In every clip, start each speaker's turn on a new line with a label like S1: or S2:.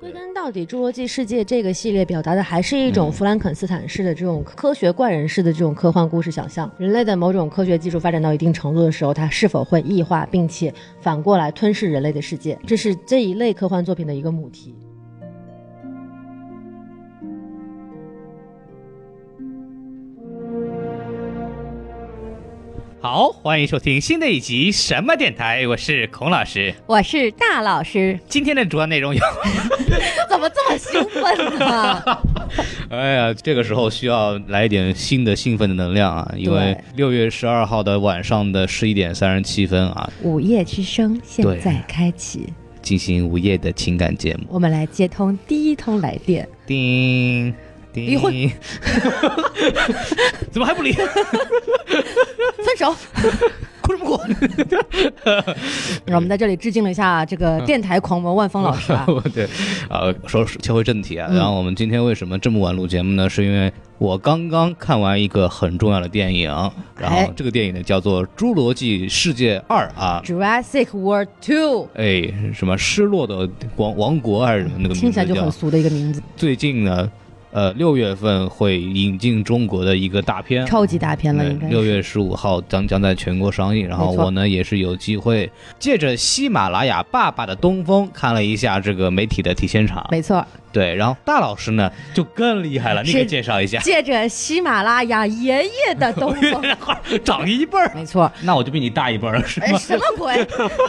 S1: 归根到底，《侏罗纪世界》这个系列表达的还是一
S2: 嗯
S1: 种弗兰肯斯坦式的这种科学怪人式的这种科幻故事想象。人类的某种科学技术发展到一定程度的时候，它是否会异化，并且反过来吞噬人类的世界，这是这一类科幻作品的一个母题。
S2: 好，欢迎收听新的一集什么电台？我是孔老师，
S3: 我是大老师。
S2: 今天的主要内容有
S3: 怎么这么兴奋啊呢？
S2: 哎呀，这个时候需要来一点新的兴奋的能量啊！因为六月十二号的晚上的十一点三十七分啊，
S3: 午夜之声现
S2: 对
S3: 在开启，
S2: 进行午夜的情感节目。
S3: 我们来接通第一通来电。
S2: 叮
S3: 离婚
S2: 叮， 怎么还不离？
S3: 分手，
S2: 哭什 么哭？
S3: 我们在这里致敬了一下这
S2: 嗯
S3: 个电台狂魔万峰老师啊。
S2: 对，啊，说切回正题
S3: 嗯
S2: 啊，然后我们今天为什么这么晚录节目呢？是因为我刚刚看完一个很重要的电影，然后
S3: 哎
S2: 这个电影呢叫做《侏罗纪世界二》啊。
S3: Jurassic World Two，
S2: 哎，什么失落的王王国还是什么那个名字
S3: 听起来就
S2: 叫
S3: 很俗的一个名字，
S2: 最近呢，呃，六月份会引进中国的一个大片，哎
S3: 超级大片了，应该
S2: 嗯六月十五号将将在全国上映，然后
S3: 没错
S2: 我呢也是有机会借着喜马拉雅爸爸的东风看了一下这个媒体的体现场，
S3: 没错。
S2: 对，然后大老师呢就更厉害了，你
S3: 是
S2: 给介绍一下，
S3: 借着喜马拉雅爷爷的东风，
S2: 长一辈儿，
S3: 没错。
S2: 那我就比你大一辈儿了，是
S3: 哎，
S2: 吗？
S3: 什么鬼？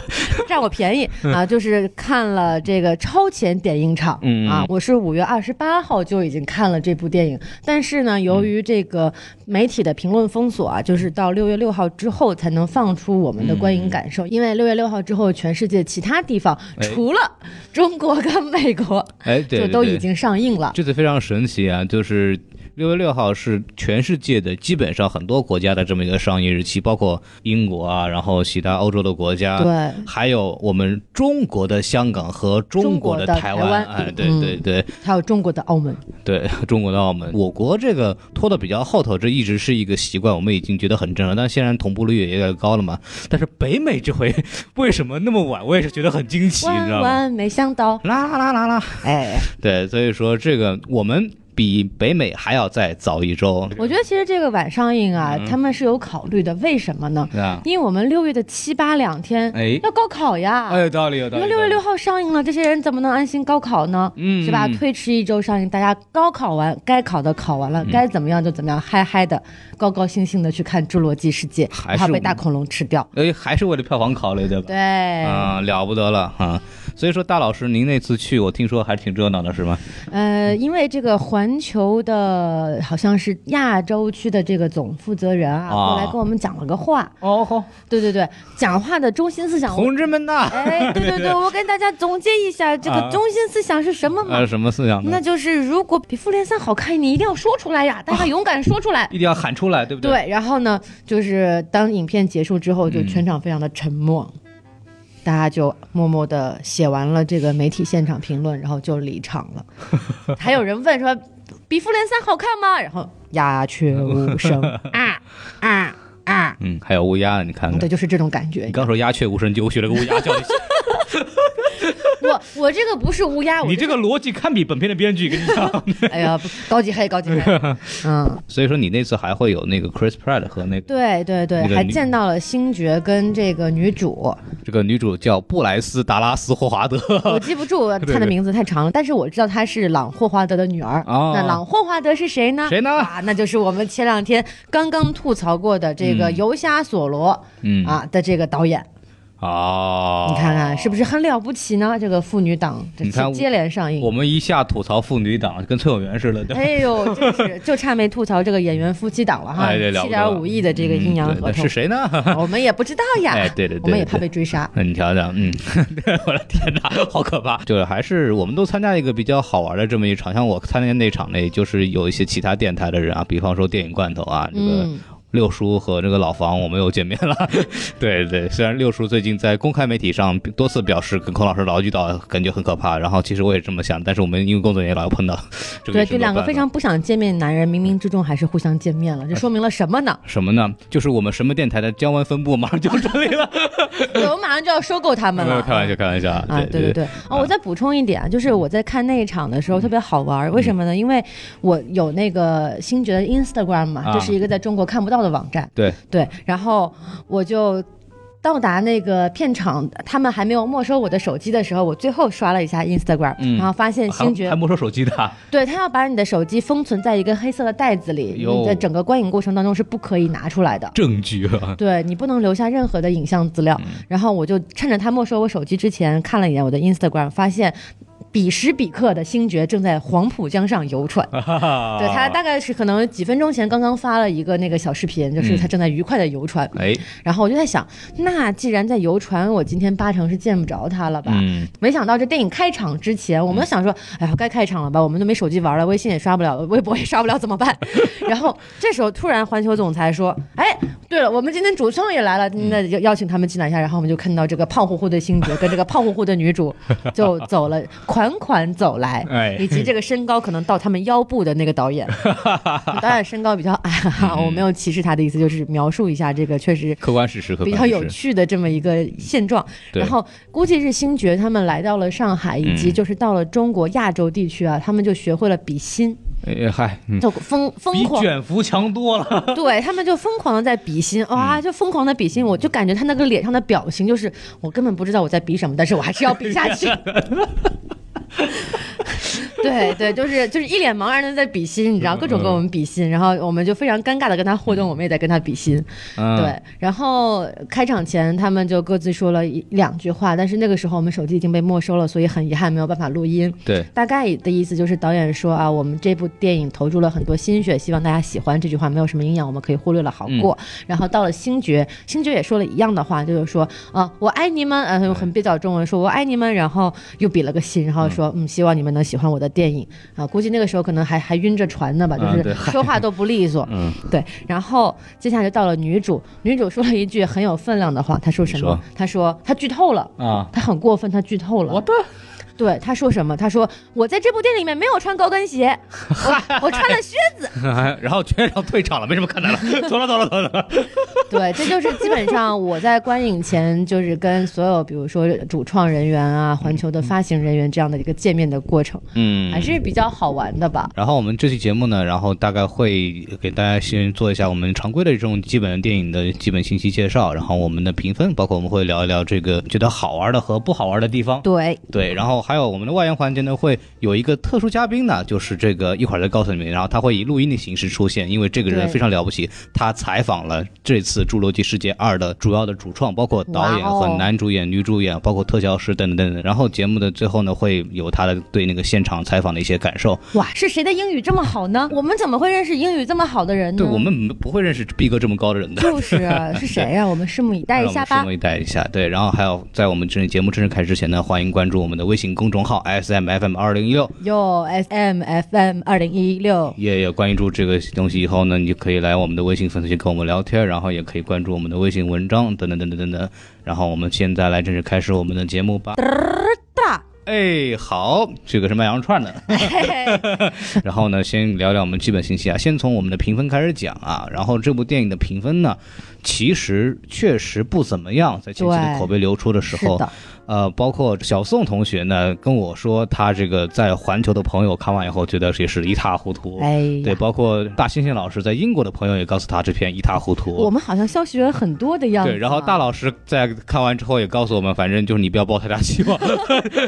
S3: 占我便宜啊！就是看了这个超前点映场、
S2: 嗯
S3: 啊，我是五月二十八号就已经看了这部电影，但是呢，由于这
S2: 嗯
S3: 个媒体的评论封锁啊，就是到六月六号之后才能放出我们的观影感受，因为六月六号之后，全世界其他地方、
S2: 嗯哎
S3: 除了中国跟美国
S2: 哎，对，
S3: 就
S2: 对
S3: 都
S2: 对
S3: 已经上映了。
S2: 这次非常神奇啊，就是六月六号是全世界的基本上很多国家的这么一个上映日期，包括英国啊，然后其他欧洲的国家，
S3: 对，
S2: 还有我们中国的香港和中国的台
S3: 中国的台湾
S2: 哎，对
S3: 嗯
S2: 对对
S3: 还有中国的澳门，
S2: 对， 中国的澳门，我国这个拖得比较后头，这一直是一个习惯，我们已经觉得很正常，但现在同步率也有点高了嘛。但是北美这回为什么那么晚，我也是觉得很惊奇，你
S3: 万
S2: 知道吗？
S3: 万没想到，
S2: 啦啦啦啦啦，
S3: 哎。
S2: 对，所以说这个我们比北美还要再早一周，
S3: 我觉得其实这个晚上映
S2: 嗯
S3: 啊，他们是有考虑的，为什么呢？
S2: 啊，
S3: 因为我们六月的七八两天、
S2: 哎
S3: 要高考呀。
S2: 哎，有道理，有道
S3: 你看
S2: 理。
S3: 六月六号上映了，这些人怎么能安心高考呢？
S2: 嗯
S3: 是吧？
S2: 嗯
S3: 推迟一周上映，大家高考完，该考的考完了，
S2: 嗯
S3: 该怎么样就怎么样，嗨嗨的，高高兴兴的去看《侏罗纪世界》，
S2: 还是
S3: 怕被大恐龙吃掉。
S2: 哎，还是为了票房考虑，对吧？
S3: 对，
S2: 啊，了不得了啊！所以说，大老师，您那次去，我听说还挺热闹的，是吗？
S3: 呃，因为这个环球的好像是亚洲区的这个总负责人啊，
S2: 啊
S3: 过来跟我们讲了个话。
S2: 哦吼，
S3: 对对对，讲话的中心思想，
S2: 同志们呐，
S3: 哎，对对 对，我跟大家总结一下这
S2: 啊
S3: 个中心思想是什么嘛？
S2: 呃，什么思想
S3: 那
S2: 呢？
S3: 就是如果比复联三好看，你一定要说出来呀，大家勇敢说出来。
S2: 一定要喊出来，嗯对不对？
S3: 对，然后呢，就是当影片结束之后，就全场非常的沉默，大家就默默的写完了这个媒体现场评论，然后就离场 了。还有人问说，比复联三好看吗？然后鸦雀无 声啊啊啊！
S2: 嗯，还有乌鸦呢，你看看
S3: 对，。就是这种感觉
S2: 你。刚说鸦雀无声，就我学了个乌鸦叫。
S3: 我我这个不是乌 鸦，我
S2: 你这个逻辑堪比本片的编剧，跟你 讲。
S3: 哎呀，不高级黑，高级 黑，嗯。
S2: 所以说，你那次还会有那个 Chris Pratt 和那个
S3: 对对对
S2: 那，个
S3: 还
S2: 女
S3: 见到了星爵跟这个女主，
S2: 这个女主叫布莱斯·达拉斯·霍 华德。
S3: 我记不住
S2: 对
S3: 她的名字太长了，但是我知道她是朗霍华德的女儿。
S2: 哦
S3: 那朗霍华德是谁呢？
S2: 谁呢
S3: 啊，那就是我们前两天刚刚吐槽过的这个
S2: 嗯
S3: 游侠索罗、
S2: 嗯，
S3: 啊的这个导演，
S2: 哦，
S3: 你看看是不是很了不起呢？这个妇女档这
S2: 你看我
S3: 接连上映
S2: 我。们一下吐槽妇女档，跟崔永元似的，对吧？
S3: 哎呦，真是就差没吐槽这个演员夫妻档了哈，
S2: 哎对了
S3: 七
S2: 不得了
S3: 点五亿的这个阴阳
S2: 嗯对
S3: 合
S2: 那
S3: 同
S2: 是，谁呢？
S3: 哦我们也不知道呀。
S2: 哎对对对
S3: 我们也怕
S2: 对
S3: 被追杀。
S2: 那你瞧瞧，嗯， 我的天哪，好可怕！就是还是我们都参加一个比较好玩的这么一场，像我参加那场呢，也就是有一些其他电台的人啊，比方说电影罐头啊，这个
S3: 嗯
S2: 六叔和这个老房我们又见面了。 对对，虽然六叔最近在公开媒体上多次表示跟孔老师老遇到，感觉很可怕。然后其实我也这么想，但是我们因为工作原因老要碰到， 这个
S3: 对，
S2: 也是
S3: 这
S2: 没有
S3: 两个
S2: 办哎
S3: 非
S2: 法
S3: 常不想见面的男人，冥冥之中还是互相见面了，这说明了什么 呢？
S2: 什么呢？就是我们什么电台的江湾分部马 上就成立了。
S3: 对，我们马上就要收购他们
S2: 没有
S3: 了。
S2: 开玩笑，开玩笑
S3: 啊，对对
S2: 对嗯
S3: 对，哦，我再补充一点啊，就是我在看那一场的时候特别好玩儿，为什么呢？因为我有那个星爵的 Instagram 嘛，
S2: 啊
S3: 这是一个在中国看不到的网站，
S2: 对
S3: 对，然后我就。到达那个片场，他们还没有没收我的手机的时候，我最后刷了一下 Instagram，、
S2: 嗯
S3: 然后发现星
S2: 还还
S3: 爵
S2: 没收手机的啊，
S3: 对他要把你的手机封存在一个黑色的袋子里，
S2: 哟
S3: 你的整个观影过程当中是不可以拿出来的。
S2: 证据啊，
S3: 对你不能留下任何的影像资料。
S2: 嗯
S3: 然后我就趁着他没收我手机之前看了一眼我的 Instagram，发现。彼时彼刻的星爵正在黄浦江上游船，
S2: 啊
S3: 对
S2: 对
S3: 他大概是可能几分钟前刚刚发了一个那个小视频，就是他正在愉快的游船。
S2: 嗯哎，
S3: 然后我就在想，那既然在游船，我今天八成是见不着他了吧？
S2: 嗯，
S3: 没想到这电影开场之前，我们想说，哎呀，该开场了吧？我们都没手机玩了，微信也刷不了，微博也刷不了，怎么办？ 然后这时候突然环球总裁说，哎，对了，我们今天主创也来了，那就邀请他们进来一下。然后我们就看到这个胖乎乎的星爵跟这个胖乎乎的女主就走了，款款走来，
S2: 哎
S3: 以及这个身高可能到他们腰部的那个导演，导演身高比较矮，哈哈，我没有歧视他的意思，就是描述一下这个确实
S2: 客观事实，客
S3: 比
S2: 观
S3: 较
S2: 事
S3: 有
S2: 实
S3: 趣的这么一个现状。
S2: 对嗯
S3: 然后估计是星爵他们来到了上海，以及就是到了中国亚洲地区啊，他们就学会了比心，
S2: 哎嗨，嗯，
S3: 就疯疯
S2: 比
S3: 狂，
S2: 卷福强多了。
S3: 对他们就疯狂的在比心，
S2: 嗯
S3: 哇，就疯狂的比心，我就感觉他那个脸上的表情就是我根本不知道我在比什么，但是我还是要比下 去。对对，就是就是一脸茫然的在比心，你
S2: 嗯
S3: 知道各种跟我们比心，然后我们就非常尴尬的跟他互动，我们也在跟他比心。
S2: 嗯，
S3: 对，然后开场前他们就各自说了一两句话，但是那个时候我们手机已经被没收了，所以很遗憾没有办法录音。
S2: 对
S3: 大概的意思就是导演说啊，我们这部电影投入了很多心血，希望大家喜欢。这句话没有什么营养，我们可以忽略了，好过。
S2: 嗯
S3: 然后到了星爵，星爵也说了一样的话，就是说啊、我爱你们，嗯、呃，很蹩脚中文说我爱你们，然后又比了个心，然后说嗯，希望你们能喜欢我的电影啊。估计那个时候可能还还晕着船呢吧，就
S2: 嗯对
S3: 是说话都不利索。
S2: 嗯，
S3: 对，然后接下来就到了女主，女主说了一句很有分量的话，她说什
S2: 你
S3: 么
S2: 说？
S3: 她说她剧透了，
S2: 啊，
S3: 她很过分，她剧透了。
S2: 我的
S3: 对，她说什么？她说我在这部电影里面没有穿高跟鞋，我我穿了靴子。
S2: 然后全场退场了，没什么看头了， 走了走了走了。
S3: 对，这就是基本上我在观影前就是跟所有比如说主创人员啊、环球的发行人员这样的一个见面的过程，
S2: 嗯
S3: 还是比较好玩的吧。
S2: 然后我们这期节目呢，然后大概会给大家先做一下我们常规的这种基本电影的基本信息介绍，然后我们的评分，包括我们会聊一聊这个觉得好玩的和不好玩的地方。
S3: 对，
S2: 对，然后还有我们的外延环节呢，会有一个特殊嘉宾呢，就是这个一会儿再告诉你们，然后他会以录音的形式出现，因为这个人
S3: 对
S2: 非常了不起，他采访了这次《侏罗纪世界二》的主要的主创，包括导演
S3: 哇哦
S2: 和男主演、女主演，包括特效师等等等等。然后节目的最后呢，会有他的对那个现场采访的一些感受。
S3: 哇，是谁的英语这么好呢？我们怎么会认识英语这么好的人呢？
S2: 对我们没不会认识逼格这么高的人的。
S3: 就是啊是谁呀、我们拭目以待一下
S2: 让
S3: 吧
S2: 我们拭目。以待一下。对，然后还有在我们这节目正式开始之前呢，欢迎关注我们的微信公众号 S M F M 二零一六。
S3: 哟 S M F M 二零一六，
S2: 也也关注这个东西以后呢，你就可以来我们的微信粉丝群跟我们聊天，然后也可以关注我们的微信文章等等等等等等。然后我们现在来正式开始我们的节目吧。
S3: 大，
S2: 哎，好，这个是卖羊肉串的。然后呢，先聊聊我们基本信息啊，先从我们的评分开始讲啊。然后这部电影的评分呢，其实确实不怎么样，在前期的
S3: 对
S2: 口碑流出的时
S3: 是
S2: 候，
S3: 的，
S2: 呃，包括小宋同学呢跟我说，他这个在环球的朋友看完以后，觉得也是一塌糊涂。
S3: 哎
S2: 对，
S3: 呀，
S2: 包括大猩猩老师在英国的朋友也告诉他这片一塌糊涂。
S3: 我们好像消息源很多的样子啊。
S2: 对，然后大老师在看完之后也告诉我们，反正就是你不要抱太大希 望。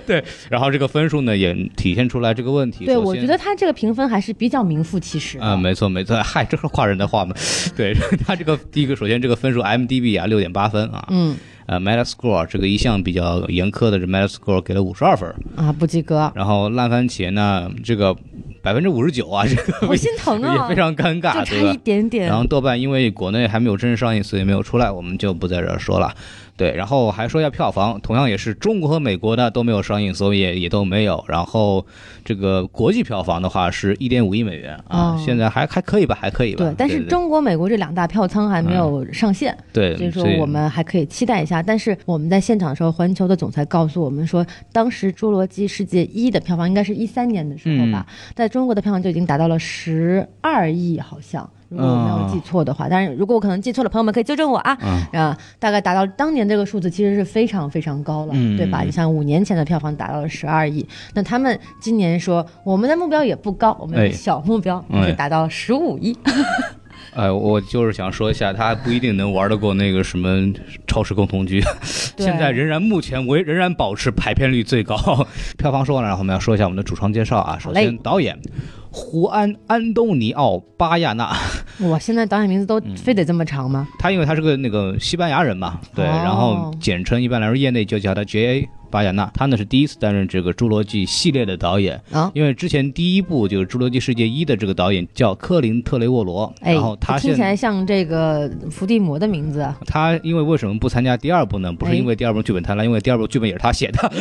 S2: 对，然后这个分数呢也体现出来这个问题。
S3: 对，
S2: 首
S3: 我
S2: 先
S3: 觉得他这个评分还是比较名副其实的
S2: 啊、没错没错， 嗨，这是夸人的话嘛？ 对他这个第一个，首先这个分数 MDB 啊六点八分啊，
S3: 嗯
S2: 呃 Metascore 这个一向比较严苛的这 Metascore 给了五十二分，
S3: 啊，不及格，
S2: 然后烂番茄呢这个百分之五十九啊，这个
S3: 好心疼
S2: 也
S3: 啊
S2: 非，常尴
S3: 就
S2: 尬，
S3: 差
S2: 对吧
S3: 一？点点
S2: 然。后豆瓣因为国内还没有正式上映，所以没有出来，我们就不在这儿说了。对，然后还说一下票房，同样也是中国和美国呢都没有上映，所以也也都没有。然后这个国际票房的话是一点五亿美元啊，
S3: 哦
S2: 现在还还可以吧，还可以吧。
S3: 对，但是
S2: 对
S3: 中国、美国这两大票仓还没有上线，
S2: 对，
S3: 所以说
S2: 所以
S3: 我们还可以期待一下。但是我们在现场的时候，环球的总裁告诉我们说，当时《侏罗纪世界一》的票房应该是一三年的时候吧，
S2: 嗯
S3: 在中国的票房就已经达到了十二亿，好像。如果我没有记
S2: 啊
S3: 错的话，当然如果我可能记错了，朋友们可以纠正我啊。
S2: 嗯
S3: 啊，大概达到当年这个数字其实是非常非常高了，
S2: 嗯
S3: 对吧？你像五年前的票房达到了十二亿，那他们今年说我们的目标也不高，我们
S2: 哎
S3: 有小目标、
S2: 哎
S3: 是达到十五亿。
S2: 哎，我就是想说一下，他不一定能玩得过那个什么超时空同居。
S3: 对
S2: 现在仍然目前为仍然保持排片率最高。 票房说完了，然后我们要说一下我们的主创介绍啊。首
S3: 嘞
S2: 先，导演胡安·安东尼奥·巴亚纳，
S3: 哇，现在导演名字都
S2: 嗯
S3: 非得这么长吗？
S2: 他因为他是个那个西班牙人嘛，对，
S3: 哦
S2: 然后简称一般来说业内就叫他 J.A. 巴亚纳。他呢是第一次担任这个《侏罗纪》系列的导演，
S3: 啊，
S2: 因为之前第一部就是《侏罗纪世界一》的这个导演叫科林·特雷沃罗，
S3: 哎，
S2: 然后他
S3: 听
S2: 现
S3: 起来像这个伏地魔的名字啊。
S2: 他因为为什么不参加第二部呢？不是
S3: 哎
S2: 因为第二部剧本太烂，因为第二部剧本也是他写 的。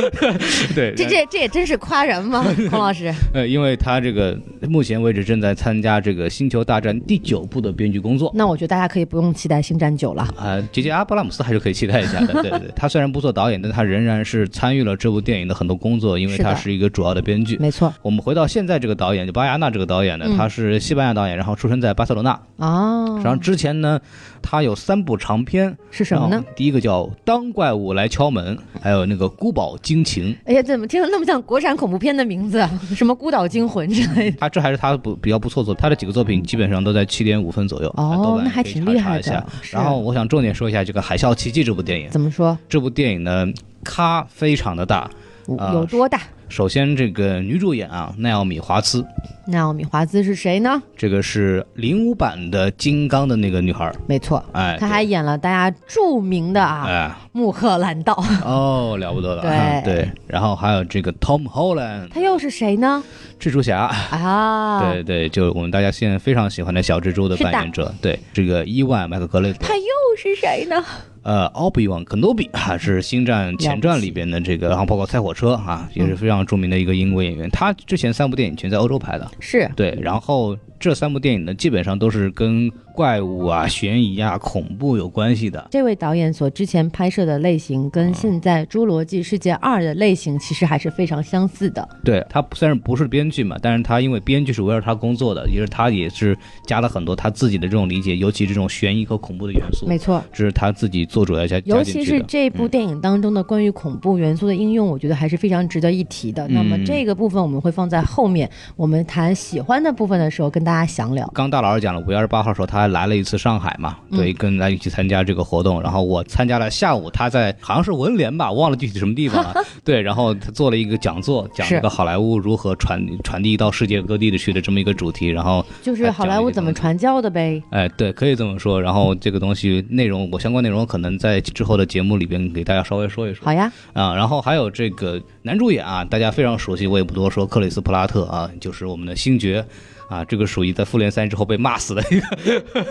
S2: 对，
S3: 这这这也真是夸人 吗，孔老师？
S2: 呃，因为他这个目前为止正在参加这个《星球大战》第九部的编剧工作。
S3: 那我觉得大家可以不用期待《星战九》了。
S2: 啊、杰杰阿布拉姆斯还是可以期待一下的。对对对，他虽然不做导演，但他仍然是参与了这部电影的很多工作，因为
S3: 是的嗯
S2: 他是一个主要的编剧。
S3: 没错
S2: 我们回到现在这个导演，就巴亚纳这个导演呢，
S3: 嗯
S2: 他是西班牙导演，然后出生在巴塞罗那。
S3: 啊，
S2: 然后之前呢，他有三部长片，
S3: 是什么
S2: 然
S3: 呢
S2: 后？啊第一个叫《当怪物来 敲门》，还有那个《孤堡惊情》。
S3: 哎呀，怎么听着那么像国产恐怖片的名字啊？什么《孤岛惊魂》之类的？
S2: 他这还是他不比较不错的作品，他的几个作品基本上都在七点五分左右。嗯
S3: 哦
S2: 豆瓣，
S3: 那还
S2: 可以
S3: 挺
S2: 查
S3: 厉
S2: 查
S3: 害
S2: 一下
S3: 的。是
S2: 然后我想重点说一下这个《海啸奇迹》这部电影。
S3: 怎么说？
S2: 这部电影呢，咖非常的大。啊
S3: 有多大？
S2: 首先，这个女主演啊，奈奥米·华兹，
S3: 那奥米·华兹是谁呢？
S2: 这个是零五版的金刚的那个女孩儿。
S3: 没错，
S2: 哎，
S3: 他还演了大家著名的
S2: 对
S3: 啊
S2: 哎
S3: 穆赫兰道，
S2: 哦，了不得了。嗯
S3: 对
S2: 对，然后还有这个 Tom Holland
S3: 他又是谁呢？
S2: 蜘蛛侠。
S3: 啊，
S2: 对对，就我们大家现在非常喜欢的小蜘蛛的
S3: 是的
S2: 扮演者，对这个伊万麦克格雷格，
S3: 他又是谁呢？
S2: 呃，奥比王肯诺比啊，是《星战前
S3: 了
S2: 传
S3: 不》起
S2: 里边的这个，然后包括《赛火车》啊，也是非常著名的一个英国演员。他之前三部电影全在欧洲拍的，
S3: 是
S2: 对。然后这三部电影呢，基本上都是跟怪物啊、悬疑啊、恐怖有关系的。
S3: 这位导演所之前拍摄的类型跟
S2: 啊
S3: 现在《侏罗纪世界二》的类型其实还是非常相似的。
S2: 对他虽然不是编剧嘛，但是他因为编剧是围绕他工作的，也是他也是加了很多他自己的这种理解，尤其这种悬疑和恐怖的元素，
S3: 没错，
S2: 这是他自己做主要加加
S3: 尤
S2: 进
S3: 其
S2: 去
S3: 是
S2: 的。
S3: 这部电影当中的关于恐怖元素的应用，我觉得还是非常值得一提的。那么
S2: 嗯
S3: 这个部分我们会放在后面，我们谈喜欢的部分的时候跟大家详聊。
S2: 刚大老师讲了，五月二十八号的时候他还来了一次上海嘛，对，跟他一起参加这个活动。然后我参加了下午，他在好像是文联吧，忘了具体什么地方了。啊对，然后他做了一个讲座，讲
S3: 是
S2: 这个好莱坞如何传传递到世界各地的去的这么一个主题。然后，
S3: 就是好莱坞怎么传教的呗。
S2: 哎，对，可以这么说。然后这个东西内容，我相关内容可能在之后的节目里边给大家稍微说一说
S3: 好呀，
S2: 啊。然后还有这个男主演啊，大家非常熟悉，我也不多说，克里斯·普拉特啊，就是我们的星爵。啊，这个属于在复联三之后被骂死的一个，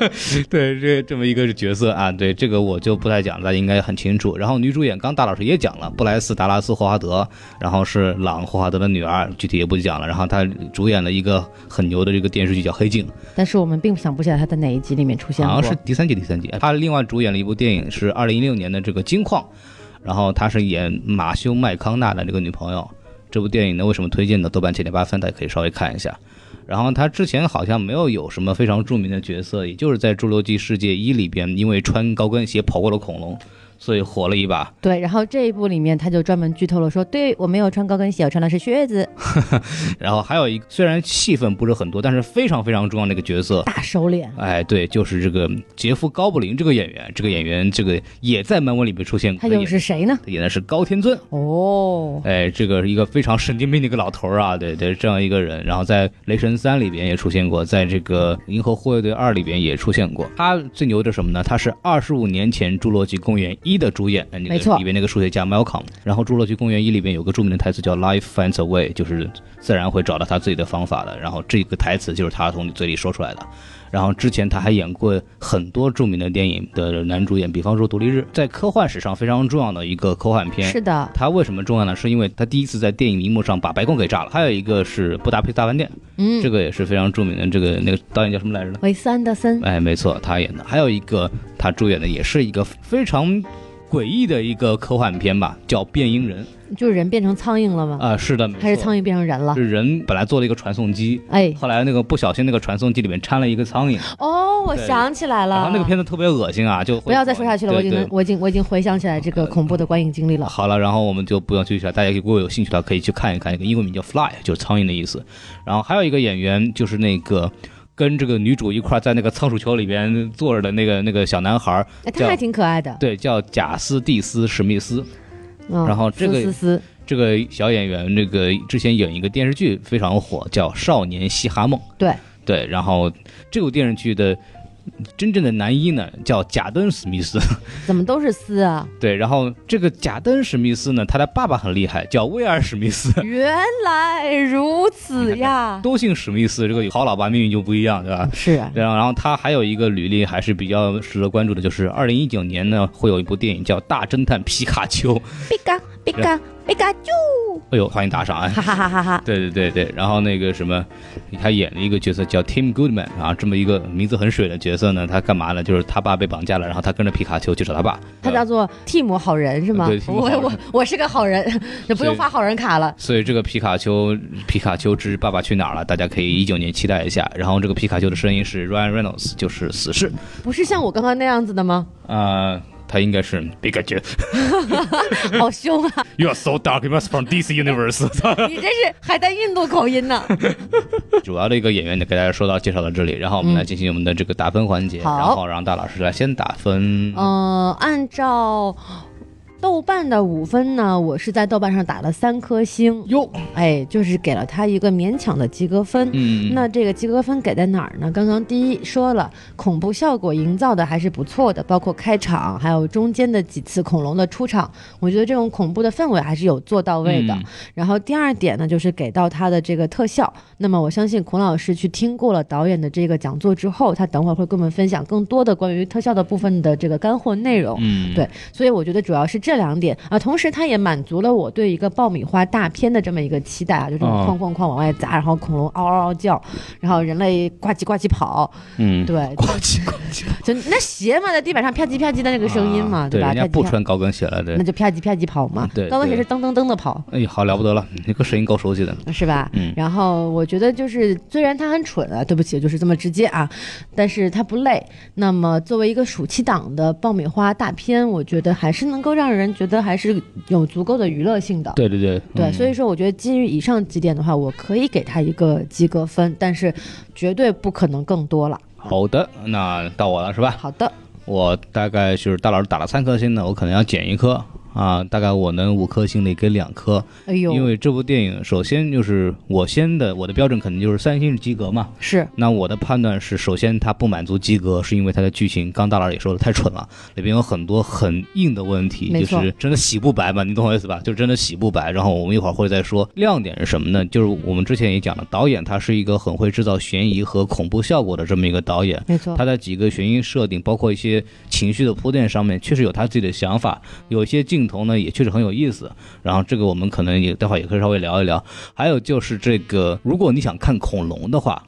S2: 对，这这么一个角色啊，对这个我就不太讲了，大家应该很清楚。然后女主演刚大老师也讲了，布莱斯·达拉斯·霍华德，然后是朗·霍华德的女儿，具体也不讲了。然后她主演了一个很牛的这个电视剧叫《黑镜》，
S3: 但是我们并想不起来他在哪一集里面出现
S2: 好
S3: 过。
S2: 像是第三季，第三季。哎他另外主演了一部电影，是二零一六年的这个《金矿》，然后他是演马修麦康纳的这个女朋友。这部电影呢，为什么推荐呢？豆瓣七点八分，大家可以稍微看一下。然后他之前好像没有有什么非常著名的角色，也就是在《侏罗纪世界一》里边，因为穿高跟鞋跑过了恐龙，所以火了一把。
S3: 对，然后这一部里面他就专门剧透了说，对我没有穿高跟鞋，我穿的是靴子，
S2: 然后还有一个，虽然戏份不是很多，但是非常非常重要的一个角色，
S3: 大手脸。
S2: 哎，对，就是这个杰夫·高布林这个演员，这个演员这个也在漫威里面出现过，
S3: 他又是谁呢？
S2: 他演的是高天尊。
S3: 哦，
S2: 哎，这个是一个非常神经病的一个老头儿啊，对对，这样一个人，然后在《雷神三》里边也出现过，在这个《银河护卫队二》里边也出现过。他最牛的是什么呢？他是二十五年前《侏罗纪公园一》的主演，那个
S3: 没错
S2: 里边那个数学家 Malcolm。然后《侏罗纪公园一》里边有个著名的台词叫 “Life finds a way”，就是自然会找到他自己的方法的。然后这个台词就是他从你嘴里说出来的。然后之前他还演过很多著名的电影的男主演，比方说《独立日》，在科幻史上非常重要的一个科幻片。
S1: 是的，
S2: 他为什么重要呢？是因为他第一次在电影荧幕上把白宫给炸了。还有一个是《布达佩斯大饭店》，
S3: 嗯，
S2: 这个也是非常著名的。这个那个导演叫什么来着呢？
S3: 维斯安德森，
S2: 哎，没错，他演的。还有一个他主演的也是一个非常诡异的一个科幻片吧，叫《变音人》
S3: 就是人变成苍蝇了吗？
S2: 啊、是的，没错
S3: 哦还是苍蝇变成人了？
S2: 是人本来做了一个传送机，
S3: 哎，
S2: 后来那个不小心那个传送机里面掺了一个苍蝇，
S3: 哦，我
S2: 对
S3: 想起来
S2: 然后
S3: 了，
S2: 那个片子特别恶心啊，就
S3: 不要再说下去了，我已
S2: 对呃
S3: 经能
S2: 对
S3: 我已经我已经回想起来这个恐怖的观影经历了。
S2: 啊好了，然后我们就不用继续了。大家如果有兴趣的话，可以去看一看，一个英文名叫 Fly，就是苍蝇的意思。然后还有一个演员就是那个跟这个女主一块儿在那个仓鼠球里边坐着的那个那个小男孩儿，
S3: 哎，他还
S2: 叫
S3: 挺可爱的，
S2: 对，叫贾斯蒂斯史密斯。
S3: 嗯，
S2: 然后这个
S3: 斯斯斯
S2: 这个小演员，那个之前演一个电视剧非常火，叫《少年嘻哈梦》。
S3: 对
S2: 对，然后这部电视剧的真正的男一呢，叫贾登·史密斯。
S3: 怎么都是斯啊？
S2: 对，然后这个贾登·史密斯呢，他的爸爸很厉害，叫威尔·史密斯。
S3: 原来如此呀，
S2: 都姓史密斯，这个好老爸命运就不一样，对吧？
S3: 是啊，
S2: 然后，然后他还有一个履历还是比较值得关注的，就是二零一九年呢，会有一部电影叫《大侦探皮卡丘》。
S3: 比嘎比
S2: 啊
S3: 嘎比嘎啾，
S2: 哎呦，欢迎打赏 啊！
S3: 哈哈哈哈哈！
S2: 对对对对，然后那个什么，他演了一个角色叫 Tim Goodman 啊，这么一个名字很水的角色呢，他干嘛呢？就是他爸被绑架了，然后他跟着皮卡丘去找他爸。
S3: 他叫做蒂姆好人是吗
S2: 呃对？蒂姆
S3: 我
S2: 好人
S3: 我我是个好人， 就不用发好人卡了。
S2: 所以这个皮卡丘，皮卡丘之爸爸去哪儿了？大家可以一九年期待一下。然后这个皮卡丘的声音是 Ryan Reynolds，就是死侍
S3: 不是像我刚刚那样子的 吗？
S2: 啊、他应该是皮卡丘。
S3: 好凶啊！
S2: You are so dark, you must from DC universe 。
S3: 你这是还带印度口音
S2: 嗯
S3: 呢。
S2: 主要的一个演员呢，给大家说到介绍到这里，然后我们来进行我们的这个打分环节，
S3: 嗯好
S2: 然后让大老师来先打分。
S3: 嗯，按照豆瓣的五分呢，我是在豆瓣上打了三颗星，
S2: 哟，
S3: 哎，就是给了他一个勉强的及格分。
S2: 嗯，
S3: 那这个及格分给在哪儿呢？刚刚第一说了，恐怖效果营造的还是不错的，包括开场，还有中间的几次恐龙的出场，我觉得这种恐怖的氛围还是有做到位的。
S2: 嗯
S3: 然后第二点呢，就是给到他的这个特效。那么我相信孔老师去听过了导演的这个讲座之后，他等会儿会跟我们分享更多的关于特效的部分的这个干货内容。
S2: 嗯，
S3: 对，所以我觉得主要是这两点啊，同时它也满足了我对一个爆米花大片的这么一个期待啊，就这种
S2: 哦
S3: 哐哐哐往外砸，然后恐龙嗷嗷嗷叫，然后人类呱唧呱唧跑，
S2: 嗯，
S3: 对，
S2: 呱唧呱唧，
S3: 就那鞋嘛，在地板上啪叽啪叽的那个声音嘛，
S2: 啊对
S3: 吧？
S2: 人
S3: 啪
S2: 家
S3: 叽
S2: 不
S3: 啪
S2: 穿高跟鞋了，对嗯
S3: 那。就啪叽啪叽跑嘛，
S2: 对
S3: 高跟鞋
S2: 对
S3: 是噔噔噔的跑。
S2: 哎呀，好了不得了，那个声音够熟悉的。
S3: 是吧？
S2: 嗯
S3: 然后我觉得就是，虽然它很蠢啊，对不起，就是这么直接啊，但是它不累。那么作为一个暑期档的爆米花大片，我觉得还是能够让人觉得还是有足够的娱乐性的。
S2: 对对对，
S3: 对，
S2: 嗯
S3: 所以说我觉得基于以上几点的话，我可以给他一个及格分，但是绝对不可能更多了。
S2: 好的，那到我了是吧？
S3: 好的，
S2: 我大概就是大老师打了三颗星呢，我可能要减一颗啊，大概我能五颗星里给两颗，
S3: 哎呦，
S2: 因为这部电影首先就是我先的我的标准肯定就是三星是及格嘛，
S3: 是
S2: 那我的判断是，首先它不满足及格，是因为它的剧情，刚大佬也说的太蠢了，里边有很多很硬的问题，
S3: 没
S2: 就
S3: 错
S2: 是真的洗不白嘛，你懂我意思吧？就真的洗不白。然后我们一会儿会再说亮点是什么呢？就是我们之前也讲了，导演他是一个很会制造悬疑和恐怖效果的这么一个导演，
S3: 没错
S2: 他，在几个悬疑设定，包括一些情绪的铺垫上面，确实有他自己的想法，有一些镜头呢也确实很有意思。然后这个我们可能也待会儿也可以稍微聊一聊。还有就是这个，如果你想看恐龙的话。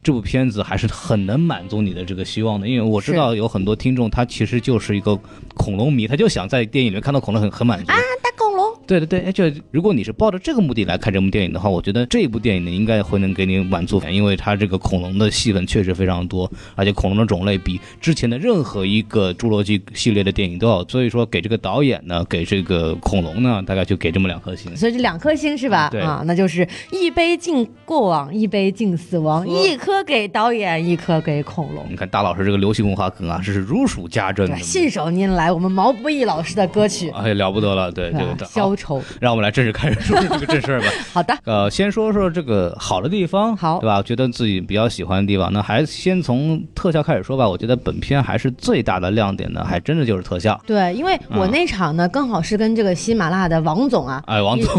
S2: 这部片子还是很能满足你的这个希望的，因为我知道有很多听众他其实就是一个恐龙迷，他就想在电影里面看到恐龙很很满足。
S3: 大恐龙，
S2: 对对对，哎，就如果你是抱着这个目的来看这部电影的话，我觉得这部电影呢应该会能给你满足感，因为它这个恐龙的戏份确实非常多，而且恐龙的种类比之前的任何一个侏罗纪系列的电影都要，所以说给这个导演呢，给这个恐龙呢，大概就给这么两颗星。
S3: 所以这两颗星是吧？
S2: 嗯对
S3: 啊，那就是一杯敬过往，一杯敬死亡，
S2: 呵
S3: 一颗给导演，一颗给恐龙。
S2: 你看大老师这个流行文化梗啊，这是如数家珍
S3: 对
S2: 的
S3: 吧，信手拈来，我们毛不易老师的歌曲，
S2: 哎，了不得了，对
S3: 是吧
S2: 对对，好
S3: 小愁。
S2: 让我们来正式开始说说这个正事儿吧。
S3: 好的，
S2: 呃，先说说这个好的地方，
S3: 好
S2: 对吧？觉得自己比较喜欢的地方，那还是先从特效开始说吧。我觉得本片还是最大的亮点呢，还真的就是特效。
S3: 对，因为
S2: 嗯
S3: 我那场呢，刚好是跟这个喜马拉雅的王总 啊
S2: 哎，王总，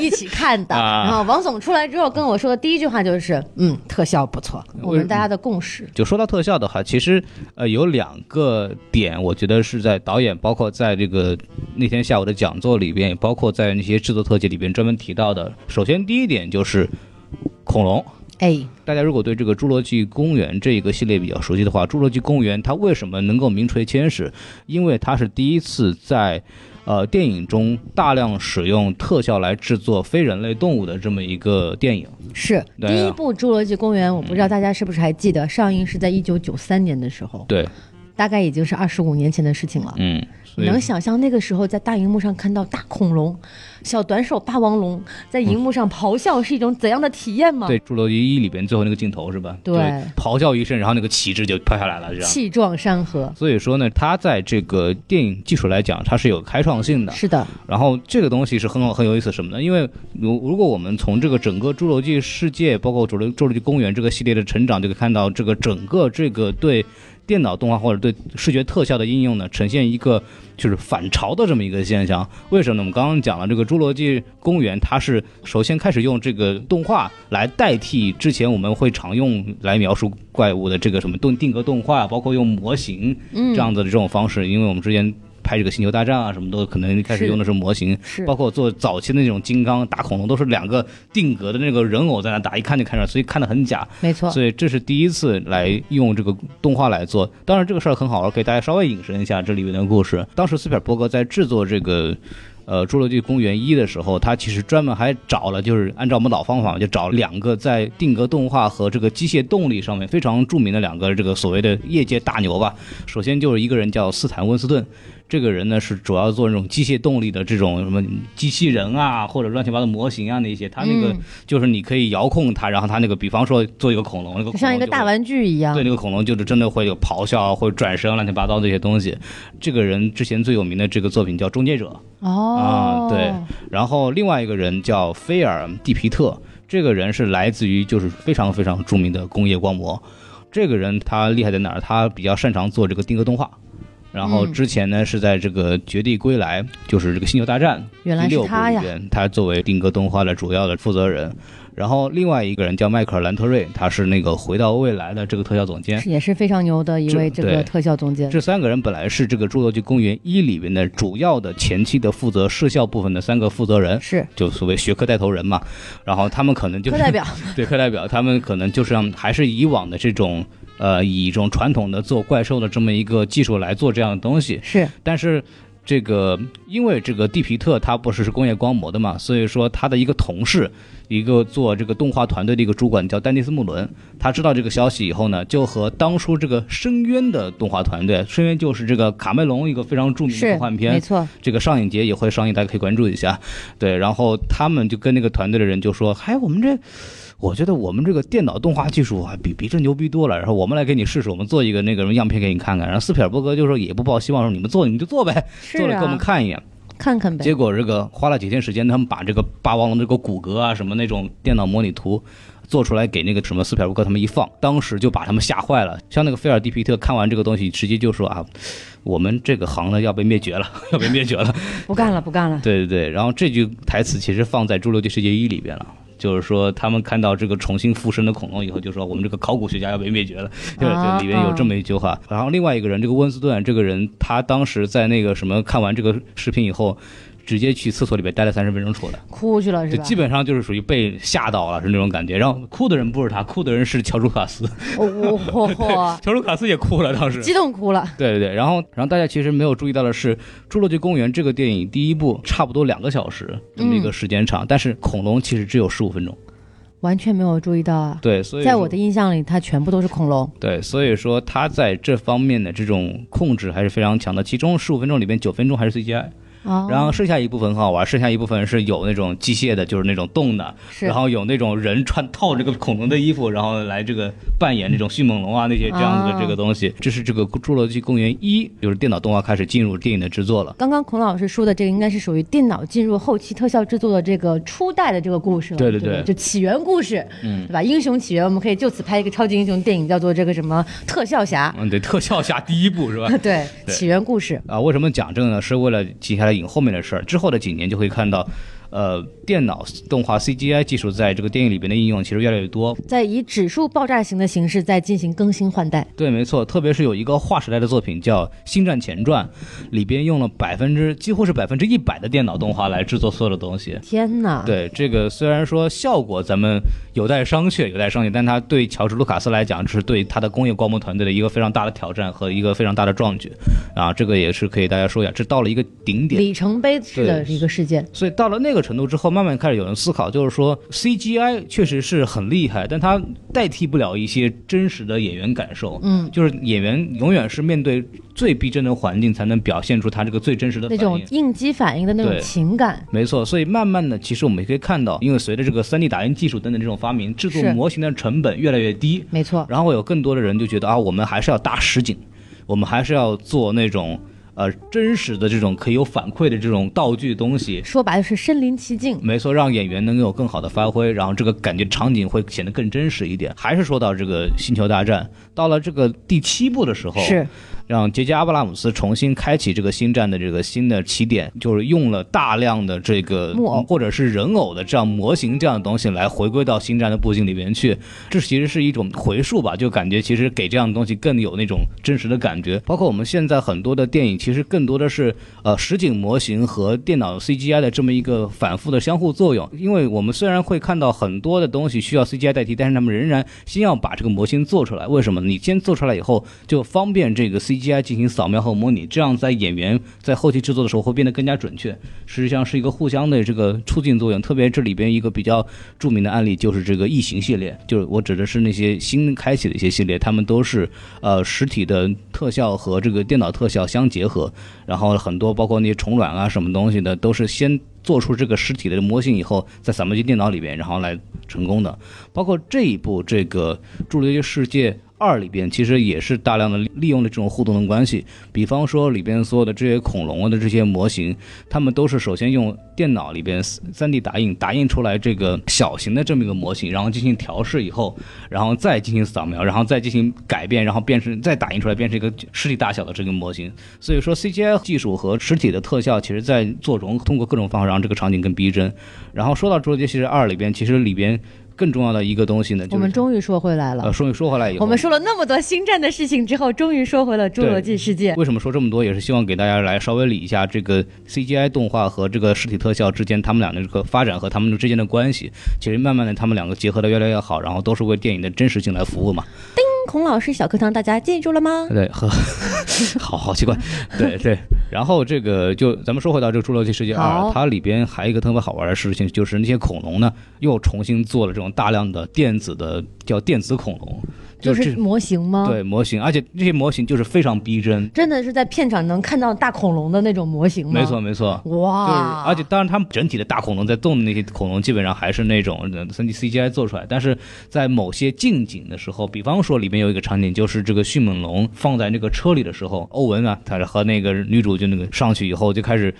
S3: 一起看的。
S2: 啊
S3: 然后王总出来之后跟我说的第一句话就是：“嗯，特效不错。”我
S2: 嗯
S3: 们大家的共识。
S2: 就说到特效的话，其实呃有两个点，我觉得是在导演包括在这个那天下午的讲座里边，也包括在那些制作特辑里边专门提到的。首先第一点就是恐龙。
S3: 哎，
S2: 大家如果对这个《侏罗纪公园》这一个系列比较熟悉的话，《侏罗纪公园》它为什么能够名垂千史？因为它是第一次在呃电影中大量使用特效来制作非人类动物的这么一个电影。
S3: 是
S2: 对
S3: 第一
S2: 啊嗯
S3: 部《侏罗纪公园》，我不知道大家是不是还记得，上映是在一九九三年的时候，
S2: 对，
S3: 大概已经是二十五年前的事情了。
S2: 嗯，所
S3: 你
S2: 以
S3: 能想象那个时候在大荧幕上看到大恐龙、小短手霸王龙在荧幕上咆哮是一种怎样的体验吗？
S2: 对《侏罗纪一》里边最后那个镜头是吧？
S3: 对
S2: 就是咆哮一声，然后那个旗帜就飘下来了，这样。
S3: 气壮山河，
S2: 所以说呢，它在这个电影技术来讲，它是有开创性的。
S3: 是的，
S2: 然后这个东西是很好很有意思什么呢？因为如如果我们从这个整个侏罗纪世界，包括侏罗侏罗纪公园这个系列的成长，就可以看到这个整个这个对电脑动画或者对视觉特效的应用呢，呈现一个就是反潮的这么一个现象。为什么呢？我们刚刚讲了，这个侏罗纪公园它是首先开始用这个动画来代替之前我们会常用来描述怪物的这个什么动定格动画，包括用模型
S3: 嗯
S2: 这，样子的这种方式，因为我们之前。拍这个星球大战啊，什么都可能一开始
S3: 是
S2: 用的是模型，嗯
S3: 是
S2: 包括做早期的那种金刚、大恐龙，都是两个定格的那个人偶在那打，一看就看出来，所以看得很假。
S3: 没错，
S2: 所以这是第一次来用这个动画来做。当然，这个事儿很好玩，给大家稍微引申一下这里面的故事。当时斯皮尔伯格在制作这个。呃，《侏罗纪公园一》的时候，他其实专门还找了，就是按照我们老方法，就找两个在定格动画和这个机械动力上面非常著名的两个这个所谓的业界大牛吧。首先就是一个人叫斯坦温斯顿，这个人呢是主要做这种机械动力的这种什么机器人啊，或者乱七八糟模型啊那些。他那个
S3: 嗯
S2: 就是你可以遥控它，然后它那个，比方说做一个恐龙，那个恐龙
S3: 就像一个
S2: 就
S3: 大啊
S2: 会。
S3: 玩具一样
S2: 对，，那个恐龙就是真的会有咆哮啊，会转身啊，乱七八糟这些东西。这个人之前最有名的这个作品叫《终结者》，
S3: 哦
S2: 啊，对然后另外一个人叫菲尔蒂皮特，这个人是来自于就是非常非常著名的工业光魔。这个人他厉害在哪儿？他比较擅长做这个定格动画。然后
S3: 嗯
S2: 之前呢是在这个《绝地归来》，就是这个《星球大战》
S3: 原来
S2: 第
S3: 是
S2: 六部
S3: 他
S2: 里
S3: 呀，
S2: 边，他作为定格动画的主要的负责人。然后另外一个人叫迈克尔·兰特瑞，他是那个《回到未来》的这个特效总监。
S3: 是也是非常牛的一
S2: 这
S3: 位这
S2: 对
S3: 个特效总监，
S2: 这三个人本来是这个《侏罗纪公园一》里边的主要的前期的负责视效部分的三个负责人，
S3: 是
S2: 就所谓学科带头人嘛。然后他们可能就
S3: 课
S2: 是
S3: 代 表，
S2: 对课代表，他们可能就是让还是以往的这种呃以一种传统的做怪兽的这么一个技术来做这样的东西，
S3: 是
S2: 但是。这个，因为这个蒂皮特他不是是工业光魔的嘛，所以说他的一个同事，一个做这个动画团队的一个主管叫丹尼斯穆伦，他知道这个消息以后呢，就和当初这个《深渊》的动画团队，《深渊》就是这个卡梅隆一个非常著名的
S3: 是
S2: 科幻，片
S3: 没，错，
S2: 这个上影节也会上映，大家可以关注一下。对，然后他们就跟那个团队的人就说：“嗨，我们这，我觉得我们这个电脑动画技术啊，比比这牛逼多了。然后我们来给你试试，我们做一个那个什么样片给你看看。”然后斯皮尔伯格就说也不抱希望，说你们做你们就做呗，
S3: 是
S2: 做了给我们
S3: 啊，
S2: 看一眼。
S3: 看看呗，
S2: 结果这个花了几天时间，他们把这个霸王龙的这个骨骼啊什么那种电脑模拟图。做出来给那个什么斯皮尔伯格他们一放，当时就把他们吓坏了。像那个菲尔蒂皮特看完这个东西，直接就说啊，我们这个行呢要被灭绝了， 要被灭绝了。
S3: 不干了，不干了，
S2: 对对对，然后这句台词其实放在《侏罗纪世界一》里边了。就是说，他们看到这个重新复生的恐龙以后，就说我们这个考古学家要被灭绝了，对
S3: 啊
S2: 对，里边有这么一句话。然后另外一个人，这个温斯顿这个人，他当时在那个什么看完这个视频以后，直接去厕所里边待了三十分钟出来，
S3: 哭去了
S2: 就是
S3: 吧
S2: 基？本上就是属于被吓到了，是那种感觉。然后哭的人不是他，哭的人是乔楚卡斯，
S3: 我我我我
S2: 乔楚卡斯也哭了，当时
S3: 哦激动哭了，
S2: 对对对，然后然后大家其实没有注意到的是，《侏罗纪公园》这个电影第一部差不多两个小时这么一
S3: 嗯
S2: 个时间长，但是恐龙其实只有十五分钟。
S3: 完全没有注意到啊。
S2: 对，所以
S3: 在
S2: 说
S3: 我的印象里，它全部都是恐龙。
S2: 对，所以说它在这方面的这种控制还是非常强的。其中十五分钟里面九分钟还是 CGI，
S3: 哦
S2: 然后剩下一部分很好玩，剩下一部分是有那种机械的，就是那种动的，
S3: 是
S2: 然后有那种人穿套这个恐龙的衣服，然后来这个扮演那种迅猛龙啊那些这样子的这
S3: 哦
S2: 个东西。这是这个《侏罗纪公园一》，就是电脑动画开始进入电影的制作了。
S3: 刚刚孔老师说的这个应该是属于电脑进入后期特效制作的这个初代的这个故事了，
S2: 对对
S3: 对
S2: 对
S3: 吧就起源故事，
S2: 嗯
S3: 对吧？英雄起源，我们可以就此拍一个超级英雄电影，叫做这个什么特效侠，
S2: 嗯，对，特效侠第一部是吧？
S3: 对，
S2: 对
S3: 起源故事，
S2: 啊，为什么讲这个呢？是为了接下来引后面的事儿。之后的几年就会看到，呃，电脑动画 CGI 技术在这个电影里边的应用其实越来越多。
S3: 在以指数爆炸型的形式在进行更新换代，
S2: 对，没错，特别是有一个划时代的作品叫《星战前传》，里边用了百分之几乎是百分之一百的电脑动画来制作所有的东西。
S3: 天哪！
S2: 对这个，虽然说效果咱们有待商榷，有待商榷，但它对乔治·卢卡斯来讲，这是对他的工业光魔团队的一个非常大的挑战和一个非常大的壮举，啊，这个也是可以大家说一下，这到了一个顶点。
S3: 里程碑式的
S2: 对
S3: 一个事件，
S2: 所以到了那个程度之后，慢慢开始有人思考，就是说 CGI 确实是很厉害，但它代替不了一些真实的演员感受。
S3: 嗯，
S2: 就是演员永远是面对最逼真的环境，才能表现出他这个最真实的
S3: 那
S2: 反
S3: 种
S2: 应。
S3: 应激反应的那种
S2: 对
S3: 情感，
S2: 没错，所以慢慢的，其实我们也可以看到，因为随着这个 3D 打印技术等等这种发明，制作
S3: 是
S2: 模型的成本越来越低，
S3: 没错，
S2: 然后有更多的人就觉得啊，我们还是要搭实景，我们还是要做那种呃真实的这种可以有反馈的这种道具东西，
S3: 说白了是身临其境，
S2: 没错，让演员能有更好的发挥，然后这个感觉场景会显得更真实一点。还是说到这个《星球大战》，到了这个第七部的时候，
S3: 是
S2: 让杰杰阿布拉姆斯重新开启这个星战的这个新的起点，就是用了大量的这个
S3: 木偶
S2: 或者是人偶的这样模型这样的东西来回归到星战的布景里面去。这其实是一种回溯吧，就感觉其实给这样的东西更有那种真实的感觉。包括我们现在很多的电影，其实更多的是呃实景模型和电脑 CGI 的这么一个反复的相互作用。因为我们虽然会看到很多的东西需要 CGI 代替，但是他们仍然先要把这个模型做出来。为什么？你先做出来以后，就方便这个 CGI 进行扫描和模拟，这样在演员在后期制作的时候会变得更加准确。实际上是一个互相的这个促进作用。特别这里边一个比较著名的案例就是这个异形系列，就是我指的是那些新开启的一些系列，他们都是呃实体的特效和这个电脑特效相结合，然后很多包括那些虫卵啊什么东西的，都是先做出这个实体的模型以后，再扫描进电脑里边，然后来成功的。包括这一部这个《侏罗纪世界二》里边，其实也是大量的利用了这种互动的关系。比方说里边所有的这些恐龙的啊这些模型，他们都是首先用电脑里边三 D 打印打印出来这个小型的这么一个模型，然后进行调试以后，然后再进行扫描，然后再进行改变，然后变成再打印出来变成一个实体大小的这个模型。所以说 CGI 技术和实体的特效，其实在做融，通过各种方法让这个场景更逼真。然后说到《侏罗纪世界二》里边，其实里边更重要的一个东西呢，就是
S3: 我们终于说回来了
S2: 呃，。说说回来以后，
S3: 我们说了那么多星战的事情之后，终于说回了侏罗纪世界。
S2: 为什么说这么多，也是希望给大家来稍微理一下这个 CGI 动画和这个实体特效之间他们俩的这个发展和他们之间的关系。其实慢慢的，他们两个结合的越来越好，然后都是为电影的真实性来服 务嘛。
S3: 孔老师小课堂，大家记住了吗？
S2: 对，呵，好 好奇怪，对对。然后这个就咱们说回到这个《侏罗纪世界二
S3: 好》，
S2: 它里边还有一个特别好玩的事情，就是那些恐龙呢又重新做了这种大量的电子的叫电子恐龙，
S3: 就
S2: 这
S3: 是模型吗？，
S2: 对模型，而且这些模型就是非常逼真。
S3: 真的是在片场能看到大恐龙的那种模型吗？
S2: 没错，没错，就是，
S3: 哇，
S2: 而且当然，他们整体的大恐龙在动的那些恐龙，基本上还是那种呃三 D CGI 做出来。但是在某些近景的时候，比方说里面有一个场景，就是这个迅猛龙放在那个车里的时候，欧文啊，他和那个女主就那个上去以后就开始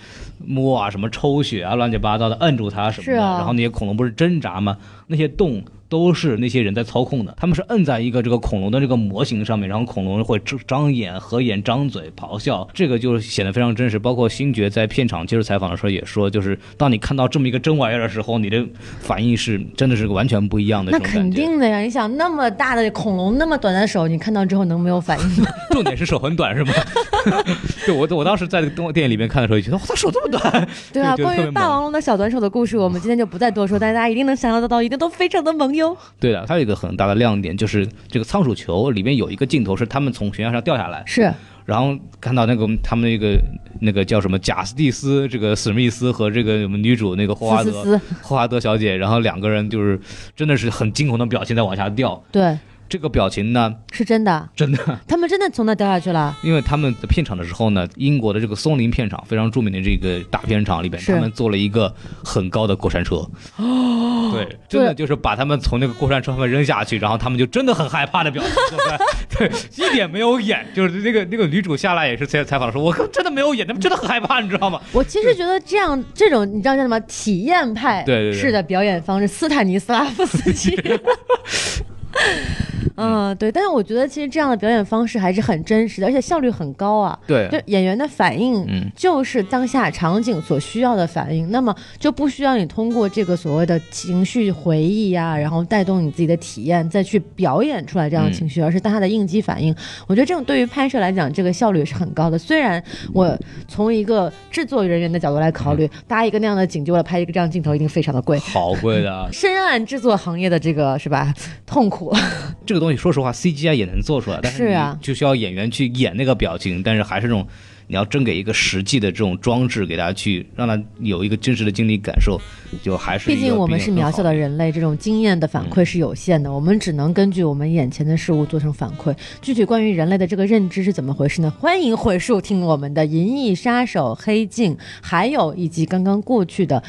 S2: 摸啊，什么抽血啊，乱七八糟的摁住它什么
S3: 是
S2: 的。
S3: 啊
S2: 然后那些恐龙不是挣扎吗？那些洞。都是那些人在操控的，他们是摁在一个这个恐龙的这个模型上面，然后恐龙会张张眼、合眼、张嘴、咆哮，这个就是显得非常真实。包括星爵在片场接受采访的时候也说，就是当你看到这么一个真玩意儿的时候，你的反应是真的是完全不一样的
S3: 那
S2: 这种感觉。
S3: 肯定的呀！你想那么大的恐龙，那么短的手，你看到之后能没有反 应吗？
S2: 重点是手很短是吗？ 对我我当时在动电影里面看的时候，也觉得哇，他手这么短，
S3: 对啊，
S2: 就就
S3: 关
S2: 特
S3: 于
S2: 别
S3: 霸
S2: 猛
S3: 王龙的小短手的故事，我 们今天就不再多说，但是大家一定能想象得到，一定都非常的萌哟。
S2: 对的，它有一个很大的亮点就是这个仓鼠球里面有一个镜头是他们从悬崖上掉下来，
S3: 是
S2: 然后看到那个他们那个那个叫什么贾斯蒂斯这个史密斯和这个我们女主那个霍华
S3: 思
S2: 德
S3: 思思，
S2: 霍华德小姐，然后两个人就是真的是很惊恐的表情在往下掉，
S3: 对，
S2: 这个表情呢，
S3: 是真的，
S2: 真的，
S3: 他们真的从那掉下去了。
S2: 因为他们的片场的时候呢，英国的这个松林片场非常著名的这个大片场里边，
S3: 是
S2: 他们做了一个很高的过山车。哦，对，真的就是把他们从那个过山车上面扔下去，然后他们就真的很害怕的表情做出来，对，一点没有演，就是那个那个女主下来也是采采访说，我真的没有演，他们真的很害怕，你知道吗？
S3: 我其实觉得这样这种你知道叫什么体验派
S2: 对对对
S3: 式的表演方式，斯坦尼斯拉夫斯 基。嗯，对，但是我觉得其实这样的表演方式还是很真实的，而且效率很高啊。
S2: 对
S3: 就演员的反应
S2: 嗯，
S3: 就是当下场景所需要的反应，那么就不需要你通过这个所谓的情绪回忆呀、然后带动你自己的体验，再去表演出来这样的情绪，而是当下的应激反应。我觉得这种对于拍摄来讲，这个效率是很高的。虽然我从一个制作人员的角度来考虑，搭一个那样的景，就为了拍一个这样的镜头，一定非常的贵。
S2: 好贵的啊，
S3: 深谙制作行业的这个是吧痛苦，
S2: 这个东西说实话，CGI 也能做出来，但
S3: 是
S2: 你
S3: 啊
S2: 就需要演员去演那个表情，但是还是这种，你要真给一个实际的这种装置给大家去，让他有一个真实的经历感受，就还是
S3: 毕竟我们是渺小的
S2: 人，
S3: 人类，这种经验的反馈
S2: 嗯
S3: 是有限的，我们只能根据我们眼前的事物做成反馈。具体关于人类的这个认知是怎么回事呢？欢迎回溯听我们的《银翼杀手》《黑镜》，还有以及刚刚过去的《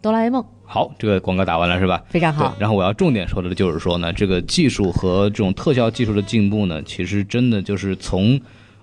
S3: 哆啦 A 梦》，
S2: 好，这个广告打完了是吧？
S3: 非常
S2: 对
S3: 好，。
S2: 然后我要重点说的就是说呢，这个技术和这种特效技术的进步呢，其实真的就是从。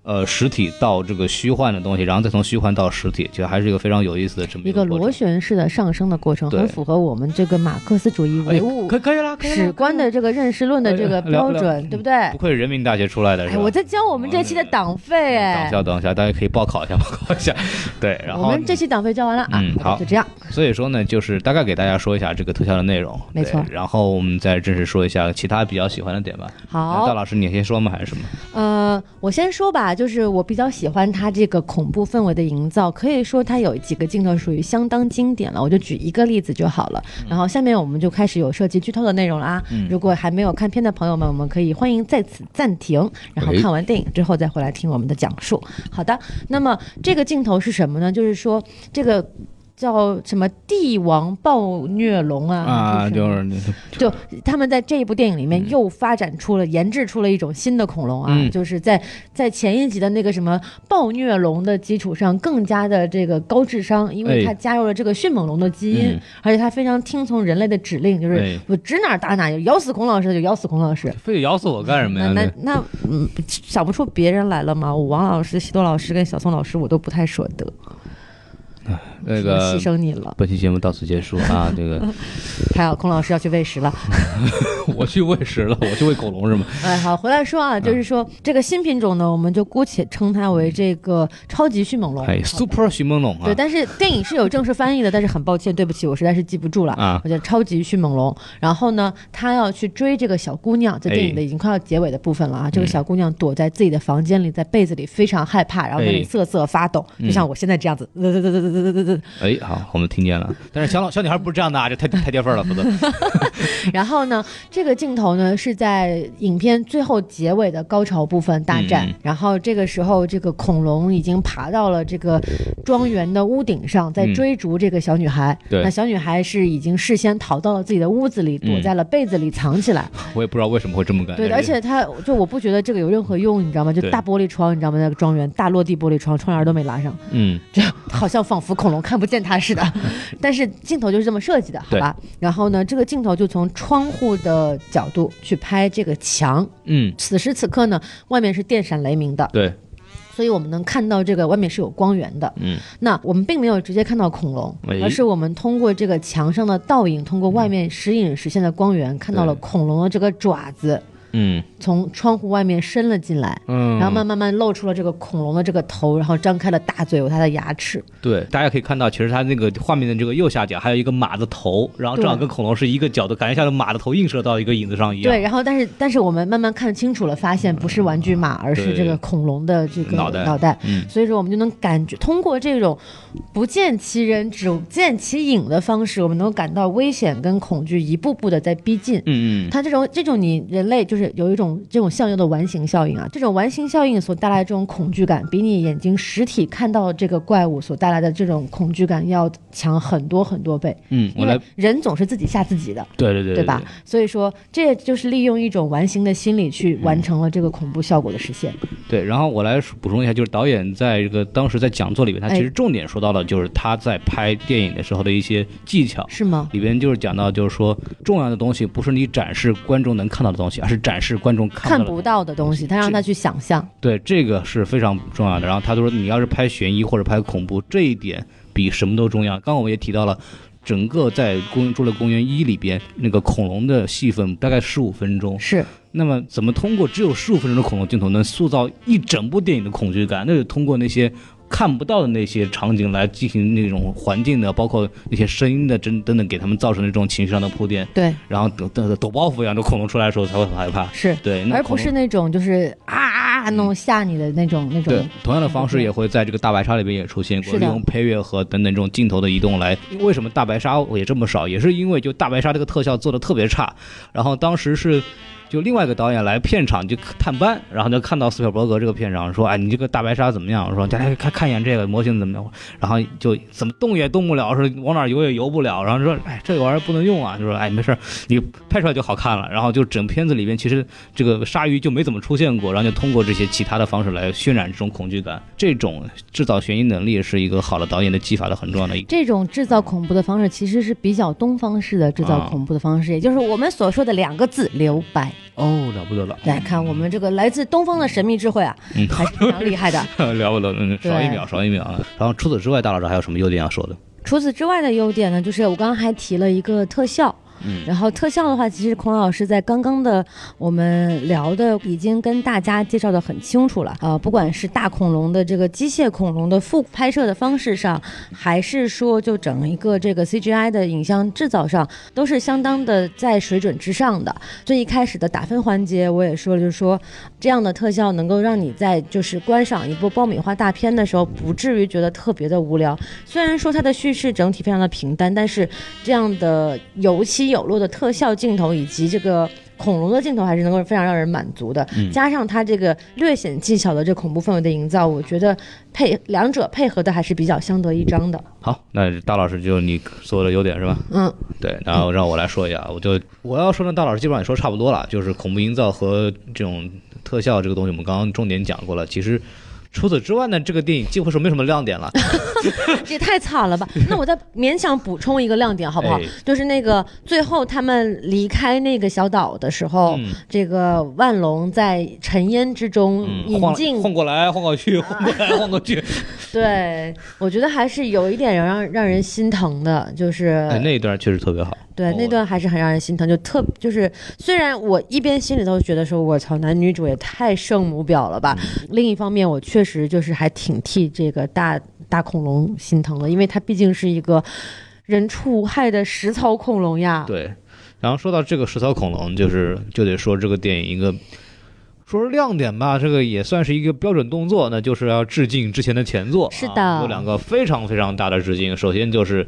S2: 呃，实体到这个虚幻的东西，然后再从虚幻到实体，其实还是一个非常有意思的这么
S3: 一个螺
S2: 过程。
S3: 旋式的上升的过程，
S2: 对
S3: 很符合我们这个马克思主义唯物
S2: 可以可以啦，可以啦
S3: 史观的这个认识论的这个
S2: 哎聊
S3: 标
S2: 聊
S3: 准，对不对？哎
S2: 不，愧是人民大学出来的是吧？
S3: 我在交我们这期
S2: 嗯
S3: 的党费
S2: 等
S3: 哎
S2: 一，下，等一下，大家可以报考一下，报考一下。 对，然
S3: 我
S2: 后
S3: 们这期党费交完了啊
S2: 嗯，好
S3: 就这样。
S2: 所以说呢，就是大概给大家说一下这个特效的内容，
S3: 没
S2: 对
S3: 错
S2: 然后我们再正式说一下其他比较喜欢的点吧。那
S3: 好
S2: 大，老师，你先说吗？还是什么？
S3: 呃，我先说吧，就是我比较喜欢它这个恐怖氛围的营造，可以说它有几个镜头属于相当经典了，我就举一个例子就好了。然后下面我们就开始有涉及剧透的内容了啊！如果还没有看片的朋友们，我们可以欢迎在此暂停，然后
S2: 哎
S3: 看完电影之后再回来听我们的讲述。好的，那么这个镜头是什么呢？就是说这个。叫什么帝王暴虐龙啊？还什么
S2: 是
S3: 就他们在这一部电影里面又发展出了、研制出了一种新的恐龙啊，
S2: 嗯
S3: 就是在在前一集的那个什么暴虐龙的基础上，更加的这个高智商，因为
S2: 哎
S3: 它加入了这个迅猛龙的基因，
S2: 嗯
S3: 而且它非常听从人类的指令，就是
S2: 哎
S3: 我指哪儿打哪儿，有咬死孔老师就咬死孔老师。
S2: 非得咬死我干什么
S3: 那
S2: 呀？
S3: 那
S2: 对
S3: 那，嗯，想不出别人来了吗？我王老师、西多老师跟小宋老师，我都不太舍得，
S2: 那
S3: 我牺
S2: 个。
S3: 牲你了。
S2: 本期节目到此结束 啊！这个
S3: 还有孔老师要去喂食了。
S2: 我去喂食了，我去喂狗笼 是吗？
S3: 哎，好，回来说啊，就是说这个新品种呢，我们就姑且称它为这个超级迅猛龙。
S2: 哎，Super 徐梦龙啊
S3: 对，！但是电影是有正式翻译的，但是很抱歉，对不起，我实在是记不住了。
S2: 啊
S3: 我叫超级迅猛龙。然后呢，他要去追这个小姑娘，在电影的已经快要结尾的部分了啊。这
S2: 嗯
S3: 个小姑娘躲在自己的房间里，在被子里非常害怕，然后在那里
S2: 哎嗯
S3: 瑟瑟发抖，就像我现在这样子。呃嘚嘚嘚嘚嘚嘚嘚嘚
S2: 哎，好，我们听见了。但是小老小女孩不是这样的啊， 这太太跌份儿了，否则
S3: 然后呢，这个镜头呢是在影片最后结尾的高潮部分大战。
S2: 嗯嗯
S3: 然后这个时候，这个恐龙已经爬到了这个庄园的屋顶上，在
S2: 嗯
S3: 追逐这个小女孩。
S2: 对嗯
S3: 那小女孩是已经事先逃到了自己的屋子里，躲在了被子里藏起 来。
S2: 我也不知道为什么会这么干。
S3: 对的，
S2: 但
S3: 而
S2: 是
S3: 且她就我不觉得这个有任何用，你知道吗？就
S2: 哎对
S3: 大玻璃窗，你知道吗？那个庄园大落地玻璃窗，窗帘都没拉上。
S2: 嗯，
S3: 就好像仿佛恐龙看不见它似的，但是镜头就是这么设计的，好吧？然后呢，这个镜头就从窗户的角度去拍这个墙。
S2: 嗯，
S3: 此时此刻呢，外面是电闪雷鸣的，
S2: 对，
S3: 所以我们能看到这个外面是有光源的。
S2: 嗯，
S3: 那我们并没有直接看到恐龙，
S2: 哎
S3: 而是我们通过这个墙上的倒影，通过外面时隐时现的光源，看到了
S2: 对
S3: 恐龙的这个爪子
S2: 嗯
S3: 从窗户外面伸了进来。
S2: 嗯，
S3: 然后慢慢慢露出了这个恐龙的这个头，然后张开了大嘴，有它的牙齿。
S2: 对，大家可以看到，其实它那个画面的这个右下角还有一个马的头，然后正好
S3: 对
S2: 跟恐龙是一个角度，感觉像是马的头映射到一个影子上一样。
S3: 对，然后但是但是我们慢慢看清楚了，发现不是玩具马，而是这个恐龙的这个
S2: 脑袋
S3: 脑袋。
S2: 嗯
S3: 所以说，我们就能感觉通过这种不见其人只见其影的方式，我们能够感到危险跟恐惧一步步的在逼近。
S2: 嗯嗯，
S3: 它这种这种你人类就是有一种种这种效应的完形效应啊，这种完形效应所带来的这种恐惧感，比你眼睛实体看到这个怪物所带来的这种恐惧感要强很多很多倍。
S2: 嗯，我
S3: 因
S2: 来
S3: 为，人总是自己吓自己的，
S2: 对对对
S3: 对吧？？所以说，这也就是利用一种完形的心理去完成了这个恐怖效果的实现。
S2: 对，然后我来补充一下，就是导演在这个当时在讲座里面，他
S3: 哎
S2: 其实重点说到了就是他在拍电影的时候的一些技巧。
S3: 是吗？
S2: 里边就是讲到，就是说重要的东西不是你展示观众能看到的东西，而是展示观众看
S3: 看
S2: 不到的。
S3: 不到的东西，他让他去想象。
S2: 对，这个是非常
S3: 嗯
S2: 重要的。然后他说，你要是拍悬疑或者拍恐怖，这一点比什么都重要。刚刚我们也提到了。整个在公《侏罗公园一》里边，那个恐龙的戏份大概十五分钟，
S3: 是
S2: 那么怎么通过只有十五分钟的恐龙镜头，能塑造一整部电影的恐惧感？那就通过那些看不到的那些场景来进行那种环境的，包括那些声音的，真等等，给他们造成这种情绪上的铺垫。
S3: 对，
S2: 然后抖抖抖包袱一样，这恐龙出来的时候才会很害怕。
S3: 是，
S2: 对，那
S3: 而
S2: 恐
S3: 不
S2: 龙
S3: 是那种就是啊啊啊那种吓你的那种那
S2: 对
S3: 种。，
S2: 同样的方式也会在这个大白鲨里边也出现过，
S3: 是
S2: 利
S3: 的
S2: 用配乐和等等这种镜头的移动来。为什么大白鲨也这么少？也是因为就大白鲨这个特效做的特别差，然后当时是。就另外一个导演来片场就探班，然后就看到斯皮尔伯格这个片场说：“哎，你这个大白鲨怎么样？”我说：“大家看看一眼这个模型怎么样？”然后就怎么动也动不了，是往哪儿游也游不了。然后说：“哎，这个玩意儿不能用啊。”就说：“哎，没事儿，你拍出来就好看了。”然后就整片子里边其实这个鲨鱼就没怎么出现过，然后就通过这些其他的方式来渲染这种恐惧感。这种制造悬疑能力是一个好的导演的技法的很重要的一个。
S3: 这种制造恐怖的方式其实是比较东方式的制
S2: 啊
S3: 造恐怖的方式，也就是我们所说的两个字“留白
S2: 哦，了不得了”。，
S3: 来看我们这个来自东方的神秘智慧啊，
S2: 嗯
S3: 还是非常厉害的。
S2: 了不得，嗯，
S3: 对
S2: 少一秒，少一秒啊。然后除此之外，大老师还有什么优点要说的？
S3: 除此之外的优点呢，就是我刚刚还提了一个特效。
S2: 嗯
S3: 然后特效的话，其实孔老师在刚刚的我们聊的已经跟大家介绍的很清楚了。呃，不管是大恐龙的这个机械恐龙的复拍摄的方式上，还是说就整一个这个 CGI 的影像制造上，都是相当的在水准之上的。最一开始的打分环节，我也说了，就是说这样的特效能够让你在就是观赏一部爆米花大片的时候，不至于觉得特别的无聊。虽然说它的叙事整体非常的平淡，但是这样的有起有落的特效镜头以及这个。恐龙的镜头还是能够非常让人满足的，
S2: 嗯
S3: 加上它这个略显技巧的这恐怖氛围的营造，我觉得配两者配合的还是比较相得益彰的。
S2: 好，那大老师就你所有的优点是吧？
S3: 嗯，
S2: 对，然后让我来说一下，我就我要说呢，大老师基本上也说差不多了，就是恐怖营造和这种特效这个东西，我们刚刚重点讲过了。其实除此之外呢，这个电影几乎是没什么亮点了。
S3: 这 也太惨了吧！那我再勉强补充一个亮 点好不好？
S2: 哎
S3: 就是那个最后他们离开那个小岛的时候，
S2: 嗯
S3: 这个万龙在尘烟之中
S2: 嗯，
S3: 引
S2: 晃
S3: 进，
S2: 晃过来，晃 过去，晃过来，晃过去。
S3: 对我觉得还是有一点让让人心疼的，就是、
S2: 哎，那一段确实特别好。
S3: 对
S2: 哦
S3: 那段还是很让人心疼，就特就是虽然我一边心里头觉得说我操男女主也太圣母婊了吧，
S2: 嗯
S3: 另一方面我确实就是还挺替这个大大恐龙心疼的，因为它毕竟是一个。人畜无害的食草恐龙呀，
S2: 对，然后说到这个食草恐龙，就是就得说这个电影一个。说是亮点吧，这个也算是一个标准动作，那就是要致敬之前的前作。
S3: 是
S2: 啊
S3: 的
S2: 有两个非常非常大的致敬。首先就是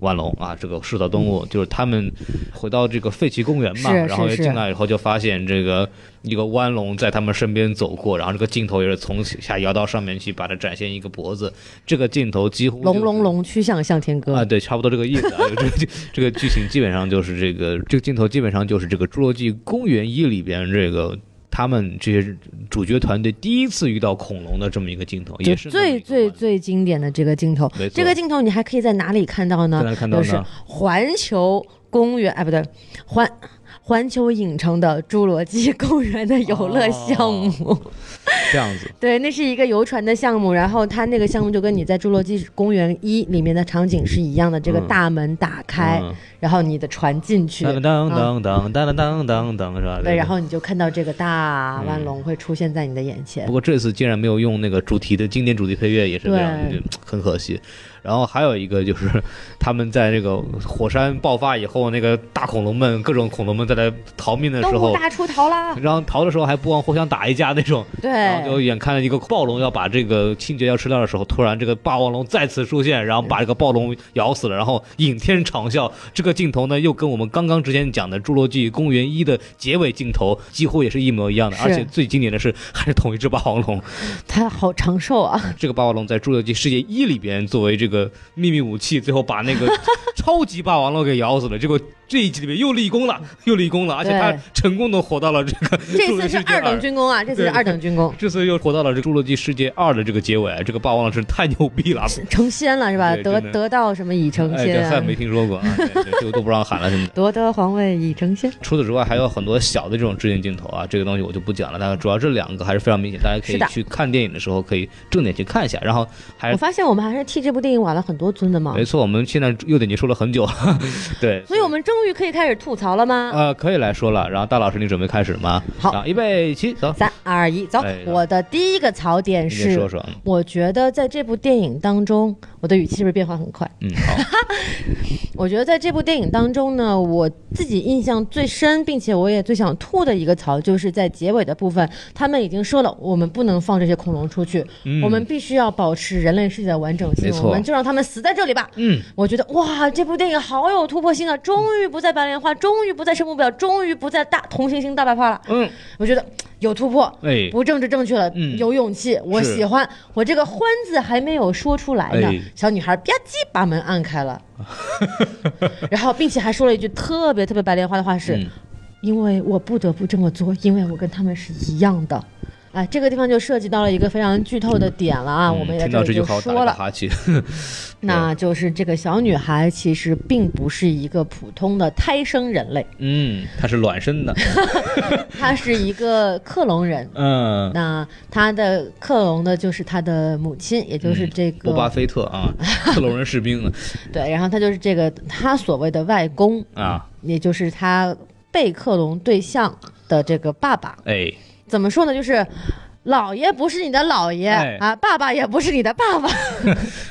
S2: 万龙啊，这个食草动物，就是他们回到这个废弃公园嘛，
S3: 是
S2: 然后
S3: 是
S2: 也
S3: 是
S2: 进来以后就发现这个一个弯龙在他们身边走过，然后这个镜头也是从下摇到上面去，把它展现一个脖子。这个镜头几乎
S3: 龙
S2: 就是
S3: 龙龙趋向向天歌。
S2: 啊，对，差不多这个意思、啊。这个剧这个剧情基本上就是这个这个镜头基本上就是这个《侏罗纪公园一》里边这个他们这些主角团队第一次遇到恐龙的这么一个镜头，
S3: 就
S2: 也是
S3: 最最最经典的这个镜头
S2: 没，错
S3: 这个镜头你还可以在哪里看到呢
S2: 在？哪看到呢
S3: 就是环球公园，哎，不对，环环球影城的侏罗纪公园的游乐项目。
S2: 哦这样子。
S3: 对，那是一个游船的项目，然后它那个项目就跟你在侏罗纪公园一里面的场景是一样的，这个
S2: 嗯
S3: 大门打开，
S2: 嗯
S3: 然后你的船进去。
S2: 当当当当当当当当是吧？
S3: 嗯对，然后你就看到这个大万龙会出现在你的眼前
S2: 嗯不。过这次竟然没有用那个主题的经典主题配乐，也是非常
S3: 对
S2: 就很可惜。然后还有一个就是他们在这个火山爆发以后，那个大恐龙们各种恐龙们在那逃命的时
S3: 动物
S2: 候，
S3: 大出逃 啦！
S2: 然后逃的时候还不忘互相打一架那种。
S4: 哎
S2: 然后就
S3: 对，
S2: 眼看着一个暴龙要把这个清洁要吃掉的时候，突然这个霸王龙再次出现，然后把这个暴龙咬死了，然后引天长啸。这个镜头呢，又跟我们刚刚之前讲的《侏罗纪公园一》的结尾镜头几乎也是一模一样的。
S4: 是
S2: 而且最经典的是，还是同一只霸 王龙。
S4: 它好长寿 啊！
S2: 这个霸王龙在《侏罗纪世界一》里边作为这个秘密武器，最后把那个超级霸王龙给咬死了。结果这一集里面又立功了，又立功了，而且他
S4: 对
S2: 成功的活到了这个
S3: 这
S2: 侏罗
S3: 次
S2: 纪
S3: 是
S2: 世界
S3: 二等军功啊，这次是
S2: 对
S3: 二等军功，
S2: 这次又活到了这《侏罗纪世界二》的这个结尾，这个霸王老师太牛逼了！
S3: 成仙了是吧？
S2: 对
S3: 得
S2: 真的
S3: 得到什么已成
S2: 哎，
S3: 仙
S2: 这
S3: 啊
S2: 还？没听说过 啊，对对这个都不让喊了，真的。
S4: 夺得皇位已成仙，
S2: 除此之外，还有很多小的这种致敬镜头啊，这个东西我就不讲了。但是主要这两个还是非常明显，大家可
S3: 是
S2: 以
S3: 的
S2: 去看电影的时候可以重点去看一下。然后还
S3: 我发现我们还是替这部电影挽了很多尊的嘛，
S2: 没错，我们现在又得你说了很久了， 对，
S3: 哦所以我们终于可以开始吐槽了吗？
S2: 呃可以来说了。然后大老师，你准备开始吗？
S3: 好
S2: 啊，预备起，走，
S3: 三二一，走
S2: 哎！
S3: 我的第一个槽点
S2: 你先
S3: 是
S2: 说，说，
S3: 我觉得在这部电影当中，我的语气是不是变化很快？
S2: 嗯，好，
S3: 我觉得在这部电影当中呢，我自己印象最深，并且我也最想吐的一个槽，就是在结尾的部分，他们已经说了，我们不能放这些恐龙出去，
S2: 嗯
S3: 我们必须要保持人类世界的完整性
S2: 没，错
S3: 我们就让他们死在这里吧。
S2: 嗯，
S3: 我觉得哇，这部电影好有突破性啊！终于不再白莲花，终于不再圣母婊，终于不再大同情心大白话了。
S2: 嗯，
S3: 我觉得有突破，
S2: 哎，
S3: 不政治正确了，
S2: 嗯
S3: 有勇气，我喜欢。我这个“欢”字还没有说出来呢，
S2: 哎
S3: 小女孩吧唧把门按开 了，然后并且还说了一句特别特别白莲花的话是：“
S2: 嗯
S3: 因为我不得不这么做，因为我跟他们是一样的。”哎，这个地方就涉及到了一个非常剧透的点了啊！我们也在
S2: 嗯听到这
S3: 里
S2: 句
S3: 就
S2: 话，我打了
S3: 说
S2: 个
S3: 了，
S2: 哈欠。
S3: 那就是这个小女孩其实并不是一个普通的胎生人类，
S2: 嗯，它是卵生的，
S3: 她是一个克隆人。
S2: 嗯，
S3: 那他的克隆的就是他的母亲，也就是
S2: 嗯
S3: 这个、
S2: 博巴菲特 啊，克隆人士兵呢
S3: 对，然后他就是这个他所谓的外公，
S2: 啊，
S3: 也就是他被克隆对象的这个爸爸。
S2: 哎，
S3: 怎么说呢？就是姥爷不是你的姥爷、
S2: 哎
S3: 啊，爸爸也不是你的爸爸。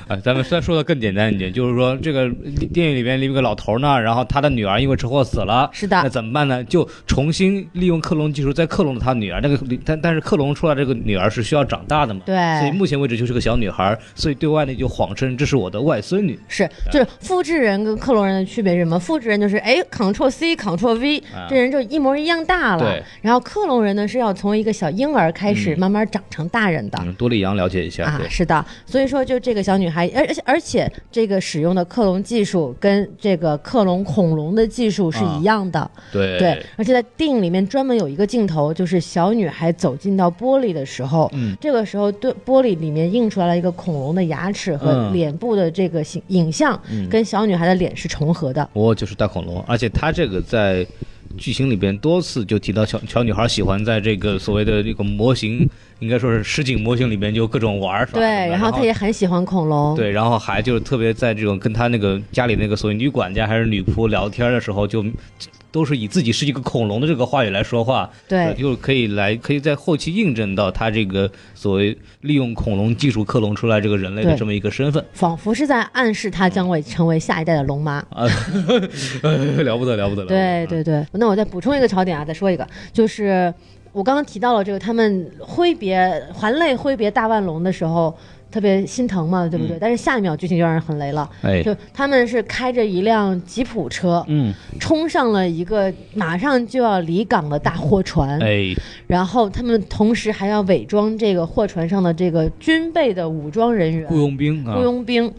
S2: 啊，咱们虽然说的更简单一点，就是说这个电影里边有一个老头呢，然后他的女儿因为车祸死了，
S3: 是
S2: 那
S3: 的，
S2: 怎么办呢？就重新利用克隆技术再克隆了他女儿，那个但但是克隆出来这个女儿是需要长大的嘛，所
S3: 对，
S2: 以目前为止就是个小女孩，所以对外呢就谎称这是我的外孙女，
S3: 是就是复制人跟克隆人的区别是什么？复制人就是哎，Ctrl C Ctrl V，、
S2: 啊
S3: 这人就一模一样大了
S2: 对。
S3: 然后克隆人呢是要从一个小婴儿开始
S2: 嗯
S3: 慢慢长成大人的。
S2: 嗯，多利阳了解一下，
S3: 啊
S2: 对，，
S3: 是的，所以说就这个小女孩，而而且而且这个使用的克隆技术跟这个克隆恐龙的技术是
S2: 啊
S3: 一样的，
S2: 对
S3: 对，而且在电影里面专门有一个镜头，就是小女孩走进到玻璃的时候。
S2: 嗯，
S3: 这个时候，对玻璃里面映出来了一个恐龙的牙齿和
S2: 嗯
S3: 脸部的这个形影像，
S2: 嗯
S3: 跟小女孩的脸是重合的。
S2: 我就是大恐龙，而且他这个在剧情里边多次就提到小小女孩喜欢在这个所谓的这个模型，应该说是实景模型里边就各种玩儿，是吧
S3: 对，然后她也很喜欢恐龙。
S2: 对，然后还就是特别在这种跟他那个家里那个所谓女管家还是女仆聊天的时候，就都是以自己是一个恐龙的这个话语来说话，
S3: 对
S2: 就是可以来可以在后期印证到他这个所谓利用恐龙技术克隆出来这个人类的
S3: 对
S2: 这么一个身份
S3: 仿佛是在暗示她将会成为下一代的龙妈。
S2: 啊，了不得了不得了不得，
S3: 对对对，那我再补充一个槽点啊，再说一个，就是我刚刚提到了这个他们挥别环泪挥别大腕龙的时候。特别心疼嘛，对不
S2: 嗯
S3: 对？但是下一秒剧情就让人很雷了，
S2: 哎，
S3: 就他们是开着一辆吉普车，
S2: 嗯，
S3: 冲上了一个马上就要离港的大货船，
S2: 哎，
S3: 然后他们同时还要伪装这个货船上的这个军备的武装人员、
S2: 雇佣兵啊，
S3: 雇佣兵，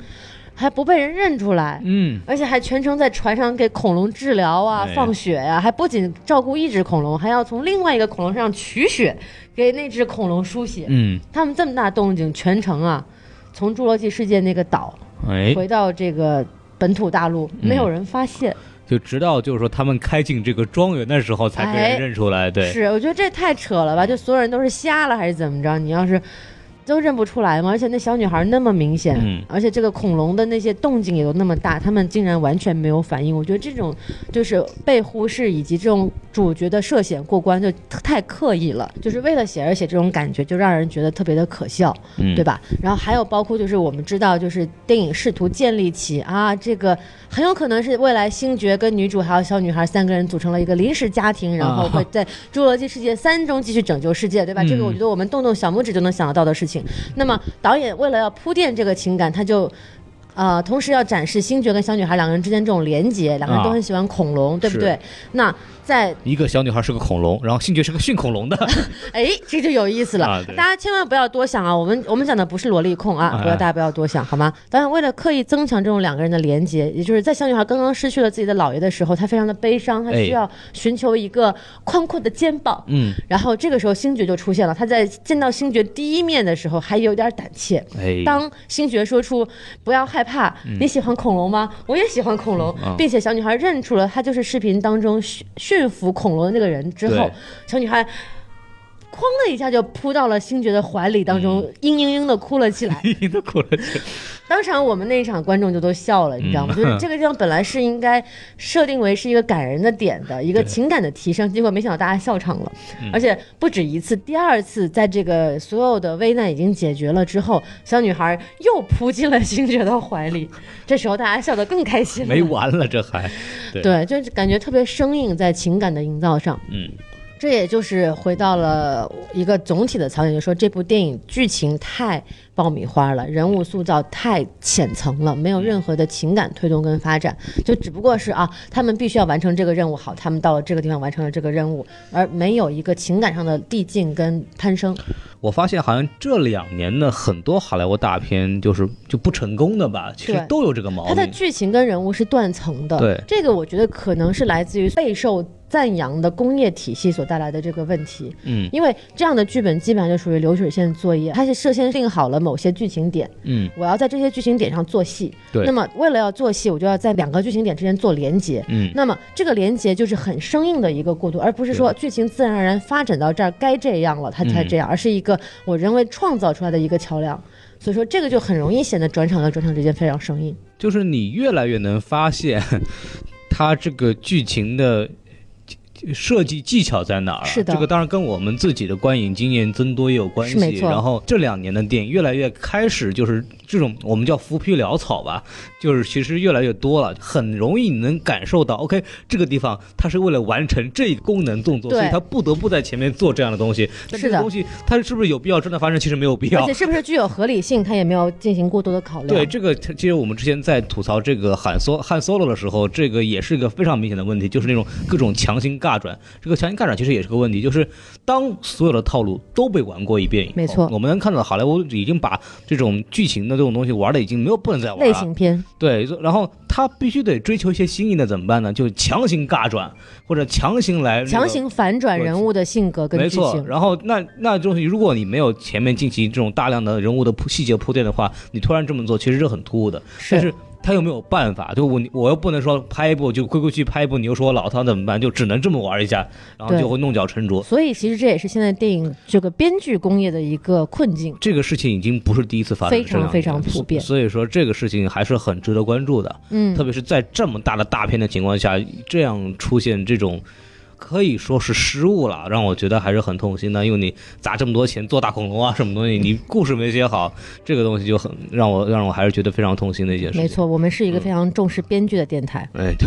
S3: 还不被人认出来，
S2: 嗯，
S3: 而且还全程在船上给恐龙治疗啊、
S2: 哎
S3: 放血呀、还不仅照顾一只恐龙，还要从另外一个恐龙身上取血，给那只恐龙输血。
S2: 嗯，
S3: 他们这么大动静，全程啊，从侏罗纪世界那个岛
S2: 哎，
S3: 回到这个本土大陆，
S2: 嗯
S3: 没有人发现。
S2: 就直到就是说他们开进这个庄园的时候才被
S3: 哎
S2: 人认出来，对，
S3: 是，我觉得这太扯了吧？就所有人都是瞎了还是怎么着？你要是都认不出来嘛。而且那小女孩那么明显，
S2: 嗯
S3: 而且这个恐龙的那些动静也都那么大，他们竟然完全没有反应。我觉得这种就是被忽视，以及这种主角的涉险过关就太刻意了，就是为了写而写这种感觉，就让人觉得特别的可笑。
S2: 嗯，
S3: 对吧？然后还有包括就是我们知道，就是电影试图建立起啊，这个很有可能是未来星爵跟女主还有小女孩三个人组成了一个临时家庭，然
S2: 啊
S3: 后会在侏罗纪世界三中继续拯救世界，对吧？这个
S2: 嗯
S3: 我觉得我们动动小拇指就能想得到的事情。那么导演为了要铺垫这个情感，他就。呃，同时要展示星爵跟小女孩两个人之间这种连结，两个人都
S2: 啊
S3: 很喜欢恐龙，对不
S2: 是
S3: 对？那在
S2: 一个小女孩是个恐龙，然后星爵是个驯恐龙 的，
S3: 哎，这就有意思了。
S2: 啊对
S3: 大家千万不要多想啊，我们我们讲的不是萝莉控啊，
S2: 哎
S3: 不要大家不要多想好吗？导演为了刻意增强这种两个人的连接，也就是在小女孩刚刚失去了自己的姥爷的时候，她非常的悲伤，她
S2: 哎
S3: 需要寻求一个宽阔的肩膀。
S2: 嗯，
S3: 然后这个时候星爵就出现了，他在见到星爵第一面的时候还有点胆怯。
S2: 哎，
S3: 当星爵说出“不要害怕，你喜欢恐龙吗？我也喜欢恐龙”，
S2: 嗯
S3: 并且小女孩认出了她就是视频当中驯驯服恐龙的那个人之后
S2: 对，
S3: 小女孩。哐的一下就扑到了星爵的怀里当
S2: 嗯
S3: 中，嘤嘤嘤的哭了起来。
S2: 你都哭了，
S3: 当场我们那一场观众就都笑了，你知道吗？
S2: 嗯
S3: 就是这个地方本来是应该设定为是一个感人的点的一个
S2: 对嗯
S3: 情感的提升，结果没想到大家笑场了，而且不止一次，第二次在这个所有的危难已经解决了之后，小女孩又扑进了 星爵的怀里，这时候大家笑得更开心了。
S2: 没完了，这还，对
S3: 对，就是感觉特别生硬在情感的营造上。
S2: 嗯，
S3: 这也就是回到了一个总体的槽点，就是说这部电影剧情太爆米花了，人物塑造太浅层了，
S2: 嗯
S3: 没有任何的情感推动跟发展，就只不过是啊，他们必须要完成这个任务，好，他们到了这个地方完成了这个任务，而没有一个情感上的递进跟攀升。
S2: 我发现好像这两年的很多好莱坞大片就是就不成功的吧，其实
S3: 对
S2: 都有这个毛
S3: 它的
S2: 病。
S3: 剧情跟人物是断层的，
S2: 哦对
S3: 这个我觉得可能是来自于备受赞扬的工业体系所带来的这个问题。
S2: 嗯
S3: 因为这样的剧本基本上就属于流水线作业，它是事先定好了某些剧情点，
S2: 嗯，
S3: 我要在这些剧情点上做戏。
S2: 对
S3: 那么为了要做戏，我就要在两个剧情点之间做连接。
S2: 嗯
S3: 那么这个连接就是很生硬的一个过渡，而不是说剧情自然而然发展到这儿该这样了，它
S2: 嗯
S3: 才这样，而是一个我人为创造出来的一个桥梁。所以说这个就很容易显得转场跟转场之间非常生硬。
S2: 就是你越来越能发现 它这个剧情的设计技巧在哪儿了。
S3: 是的
S2: 这个当然跟我们自己的观影经验增多也有关系。
S3: 是没错
S2: 然后这两年的电影越来越开始就是这种我们叫浮皮潦草吧，就是其实越来越多了，很容易你能感受到，OK，这个地方它是为了完成这个功能动作，
S3: 对
S2: 所以它不得不在前面做这样的东西。但
S3: 是
S2: 这
S3: 的
S2: 个东西它是不是有必要真的发生？其实没有必要。
S3: 而且是不是具有合理性，它也没有进行过多的考量。
S2: 对这个，其实我们之前在吐槽这个喊 so 汉 solo 的时候，这个也是一个非常明显的问题，就是那种各种强行尬转。这个强行尬转其实也是个问题，就是当所有的套路都被玩过一遍以后，
S3: 没错
S2: 我们能看到好莱坞已经把这种剧情的这种东西玩的已经没有不能再玩
S3: 类
S2: 了。
S3: 型片，
S2: 对，然后他必须得追求一些新意，那怎么办呢？就强行尬转，或者强行来、
S3: 强。行反转人物的性格跟
S2: 没
S3: 剧
S2: 错
S3: 情，。
S2: 然后那那就是如果你没有前面进行这种大量的人物的铺细节铺垫的话，你突然这么做其实是很突兀的。但是他又没有办法，就我我又不能说拍一部就规规矩矩拍一部，你又说我老套怎么办？就只能这么玩一下，然后
S3: 对
S2: 就会弄巧成拙。
S3: 所以其实这也是现在电影这个编剧工业的一个困境。
S2: 这个事情已经不是第一次发生，
S3: 非常
S2: 这两年
S3: 非常普遍
S2: 所以说这个事情还是很值得关注的。
S3: 嗯
S2: 特，别是在这么大的大片的情况下，这样出现这种。可以说是失误了，让我觉得还是很痛心的。因为你砸这么多钱做大恐龙啊，什么东西，你故事没写好，这个东西就很让我让我还是觉得非常痛心的一件事情。
S3: 没错，我们是一
S2: 嗯
S3: 个非常重视编剧的电 台。
S2: 哎，对。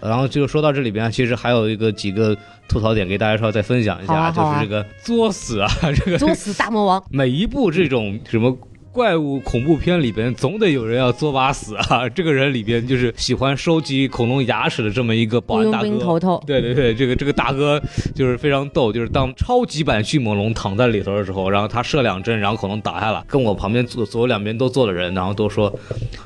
S2: 然后就说到这里边，其实还有一个几个吐槽点给大家稍微再分享一下，
S3: 好啊好啊
S2: 就是这个作死啊， 这个
S3: 作死大魔 王，
S2: 每一部这种什么。怪物恐怖片里边总得有人要作把死啊！这个人里边就是喜欢收集恐龙牙齿的这么一个保
S3: 雇
S2: 安
S3: 佣
S2: 大
S3: 兵
S2: 哥，
S3: 头头，
S2: 对对对，这个这个大哥就是非常逗，就是当超级版迅猛龙躺在里头的时候，然后他射两针，然后恐龙打下来，跟我旁边坐左右两边都坐的人，然后都说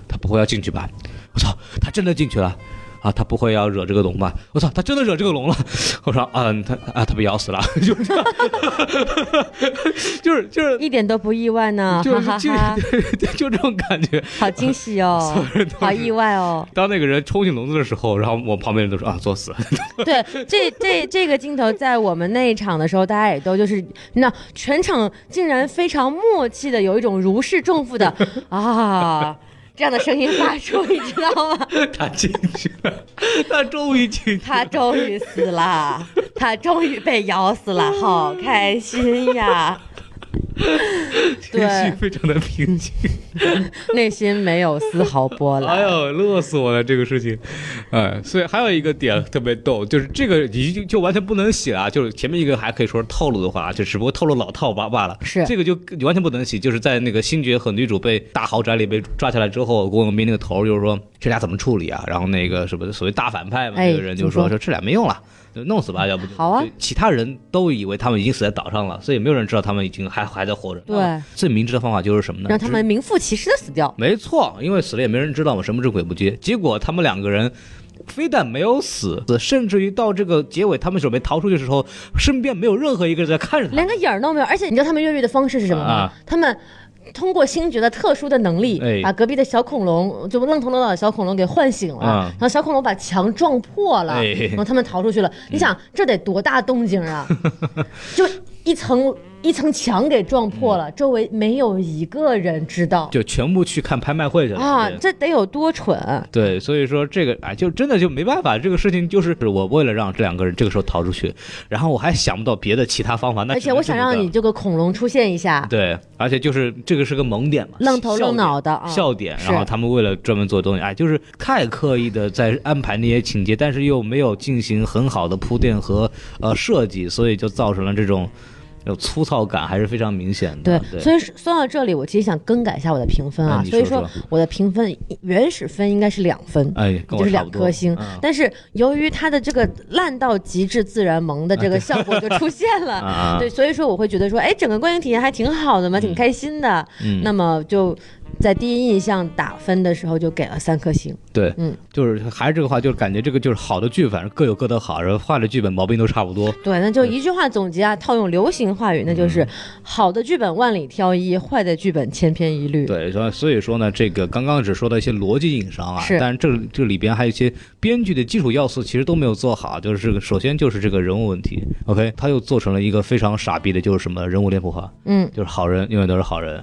S2: 他不会要进去吧？我操，他真的进去了。啊，他不会要惹这个龙吧？我操，他真的惹这个龙了！ 我说啊，他啊，他被咬死了， 就是这样就是 就是
S3: 一点都不意外呢，
S2: 就
S3: 哈
S2: 是
S3: 哈
S2: 就
S3: 哈，
S2: 就 这种感觉。
S3: 好惊喜 哦，好意外哦。
S2: 当那个人冲进笼子的时候，然后我旁边人都说啊，作死。
S3: 对，这这这个镜头在我们那一场的时候，大家也都就是那全场竟然非常默契的有一种如释重负的啊。这样的声音发出，你知道吗？
S2: 他进去了，他终于进去了。
S3: 他终于死了，他终于被咬死了，好开心呀！
S2: 情
S3: 对
S2: 绪，非常的平静。
S3: 内心没有丝毫波澜。
S2: 哎呦，乐死我了这个事情，哎，所以还有一个点特别逗，就是这个已经就完全不能写了啊，就是前面一个还可以说是套路的话，就只不过套路老套罢罢了。
S5: 是
S2: 这个就完全不能写，就是在那个星爵和女主被大豪宅里被抓起来之后，郭永斌那个头就是说这俩怎么处理啊？然后那个什么所谓大反派嘛，
S5: 哎
S2: 那个人就
S5: 怎么
S2: 说
S5: 说
S2: 说这俩没用了。就弄死吧，要不就
S3: 嗯好啊
S2: 就其他人都以为他们已经死在岛上了，所以没有人知道他们已经还还在活着。
S3: 对
S2: 那最明智的方法就是什么呢？
S3: 让他
S2: 就是
S3: 们名副其实的死掉。
S2: 没错，因为死了也没人知道嘛，什么是鬼不接。结果他们两个人非但没有死，甚至于到这个结尾，他们准备逃出去的时候，身边没有任何一个人在看着他
S3: 连
S2: 们。
S3: 个影儿都没有。而且你知道他们越狱的方式是什么吗？
S2: 啊
S3: 他们。通过星爵的特殊的能力，
S2: 哎
S3: 把隔壁的小恐龙就愣头愣脑的小恐龙给唤醒了，
S2: 啊
S3: 然后小恐龙把墙撞破了，
S2: 哎
S3: 然后他们逃出去了。你想这得多大动静 啊！就一层一层墙给撞破
S2: 嗯
S3: 了，周围没有一个人知道
S2: 就全部去看拍卖会去了
S3: 啊，
S2: 对
S3: 这得有多蠢！
S2: 对，所以说这个啊，就真的就没办法，这个事情就是我为了让这两个人这个时候逃出去，然后我还想不到别的其他方法，
S3: 而
S2: 那只
S3: 且
S2: 能
S3: 我
S2: 这
S3: 想
S2: 么
S3: 让
S2: 干
S3: 你这个恐龙出现一下，
S2: 对，而且就是这个是个萌点嘛，
S3: 愣头
S2: 笑
S3: 愣
S2: 点
S3: 脑的啊
S2: 笑点，
S3: 是
S2: 然后他们为了专门做东西，哎，就是太刻意的在安排那些情节，但是又没有进行很好的铺垫和呃设计，所以就造成了这种有粗糙感还是非常明显的。
S3: 对，
S2: 啊对，
S3: 所以说说到这里，我其实想更改一下我的评分啊，
S2: 啊你
S3: 所以
S2: 说
S3: 说我的评分原始分应该是两分，
S2: 哎，
S3: 就
S2: 跟我
S3: 是
S2: 差
S3: 两
S2: 不多
S3: 颗星，
S2: 嗯
S3: 但是由于它的这个烂到极致自然萌的这个效果就出现了，
S2: 啊，
S3: 对，所以说我会觉得说，哎，整个观影体验还挺好的嘛，挺开心的。
S2: 嗯
S3: 那么就在第一印象打分的时候就给了三颗星，
S2: 对，
S3: 嗯，
S2: 就是还是这个话，就是感觉这个就是好的剧，反正各有各的好，然后坏的剧本毛病都差不多。
S3: 对，那就一句话总结啊，套用流行话语，那
S2: 嗯
S3: 就是、好的剧本万里挑一，坏的剧本千篇一律。
S2: 对，所以所以说呢，这个刚刚只说到一些逻辑硬伤啊，
S3: 是
S2: 但是这这里边还有一些编剧的基础要素，其实都没有做好。就是这个首先就是这个人物问题，OK，他又做成了一个非常傻逼的，就是什么人物脸谱化，
S3: 嗯，
S2: 就是好人永远都是好人。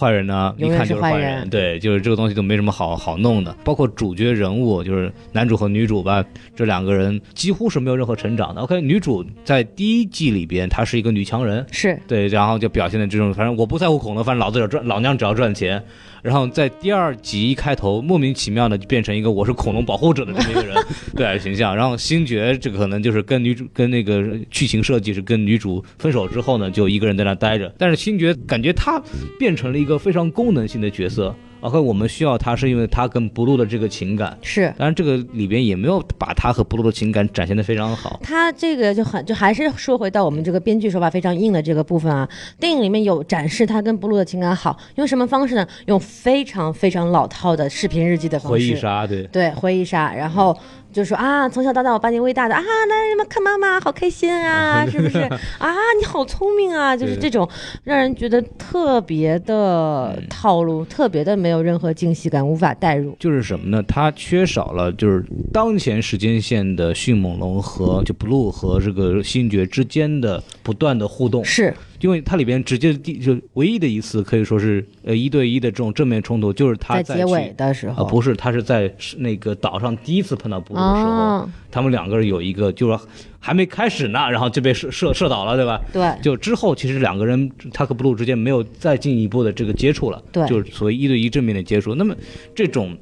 S2: 坏人呢，一
S3: 永远
S2: 看
S3: 是
S2: 就是
S3: 坏
S2: 坏
S3: 人
S2: 对，就是这个东西都没什么好好弄的。包括主角人物，就是男主和女主吧，这两个人几乎是没有任何成长的。OK，女主在第一季里边，她是一个女强人，
S3: 是
S2: 对，然后就表现的这种，反正我不在乎恐龙，反正老子只要赚，老娘只要赚钱。然后在第二集一开头，莫名其妙的就变成一个我是恐龙保护者的这么一个人 对形象。然后星爵这个可能就是跟女主跟那个剧情设计是跟女主分手之后呢，就一个人在那待着。但是星爵感觉他变成了一个非常功能性的角色。OK，我们需要他是因为他跟 Blue 的这个情感，
S3: 是。
S2: 当然这个里边也没有把他和 Blue 的情感展现的非常好。
S3: 他这个就很就还是说回到我们这个编剧手法非常硬的这个部分啊，电影里面有展示他跟布鲁的情感好，用什么方式呢？用非常非常老套的视频日记的方
S2: 回忆
S3: 式。
S2: 杀，对，
S3: 对，回忆杀，然后就说啊，从小到大我把你喂大的啊，来什么看妈妈，好开心 啊，是不是啊？你好聪明啊，就是
S2: 对
S3: 这种让人觉得特别的套路，特别的没有任何惊喜感，无法代入。
S2: 就是什么呢？它缺少了就是当前时间线的迅猛龙和就 Blue 和这个星爵之间的不断的互动，
S3: 是
S2: 因为它里边直接第就唯一的一次可以说是呃一对一的这种正面冲突，就是他
S3: 在
S2: 在
S3: 结
S2: 去
S3: 尾哦的时
S2: 啊、
S3: 候，
S2: 不是，他是在是那个岛上第一次碰到 Blue 的时候，
S3: 啊，
S2: 他们两个人有一个就是还没开始呢，然后就被射射射倒了，对吧？
S3: 对，
S2: 就之后，其实两个人他和 Blue 之间没有再进一步的这个接触了，
S3: 对
S2: 就是所谓一对一正面的接触。那么这种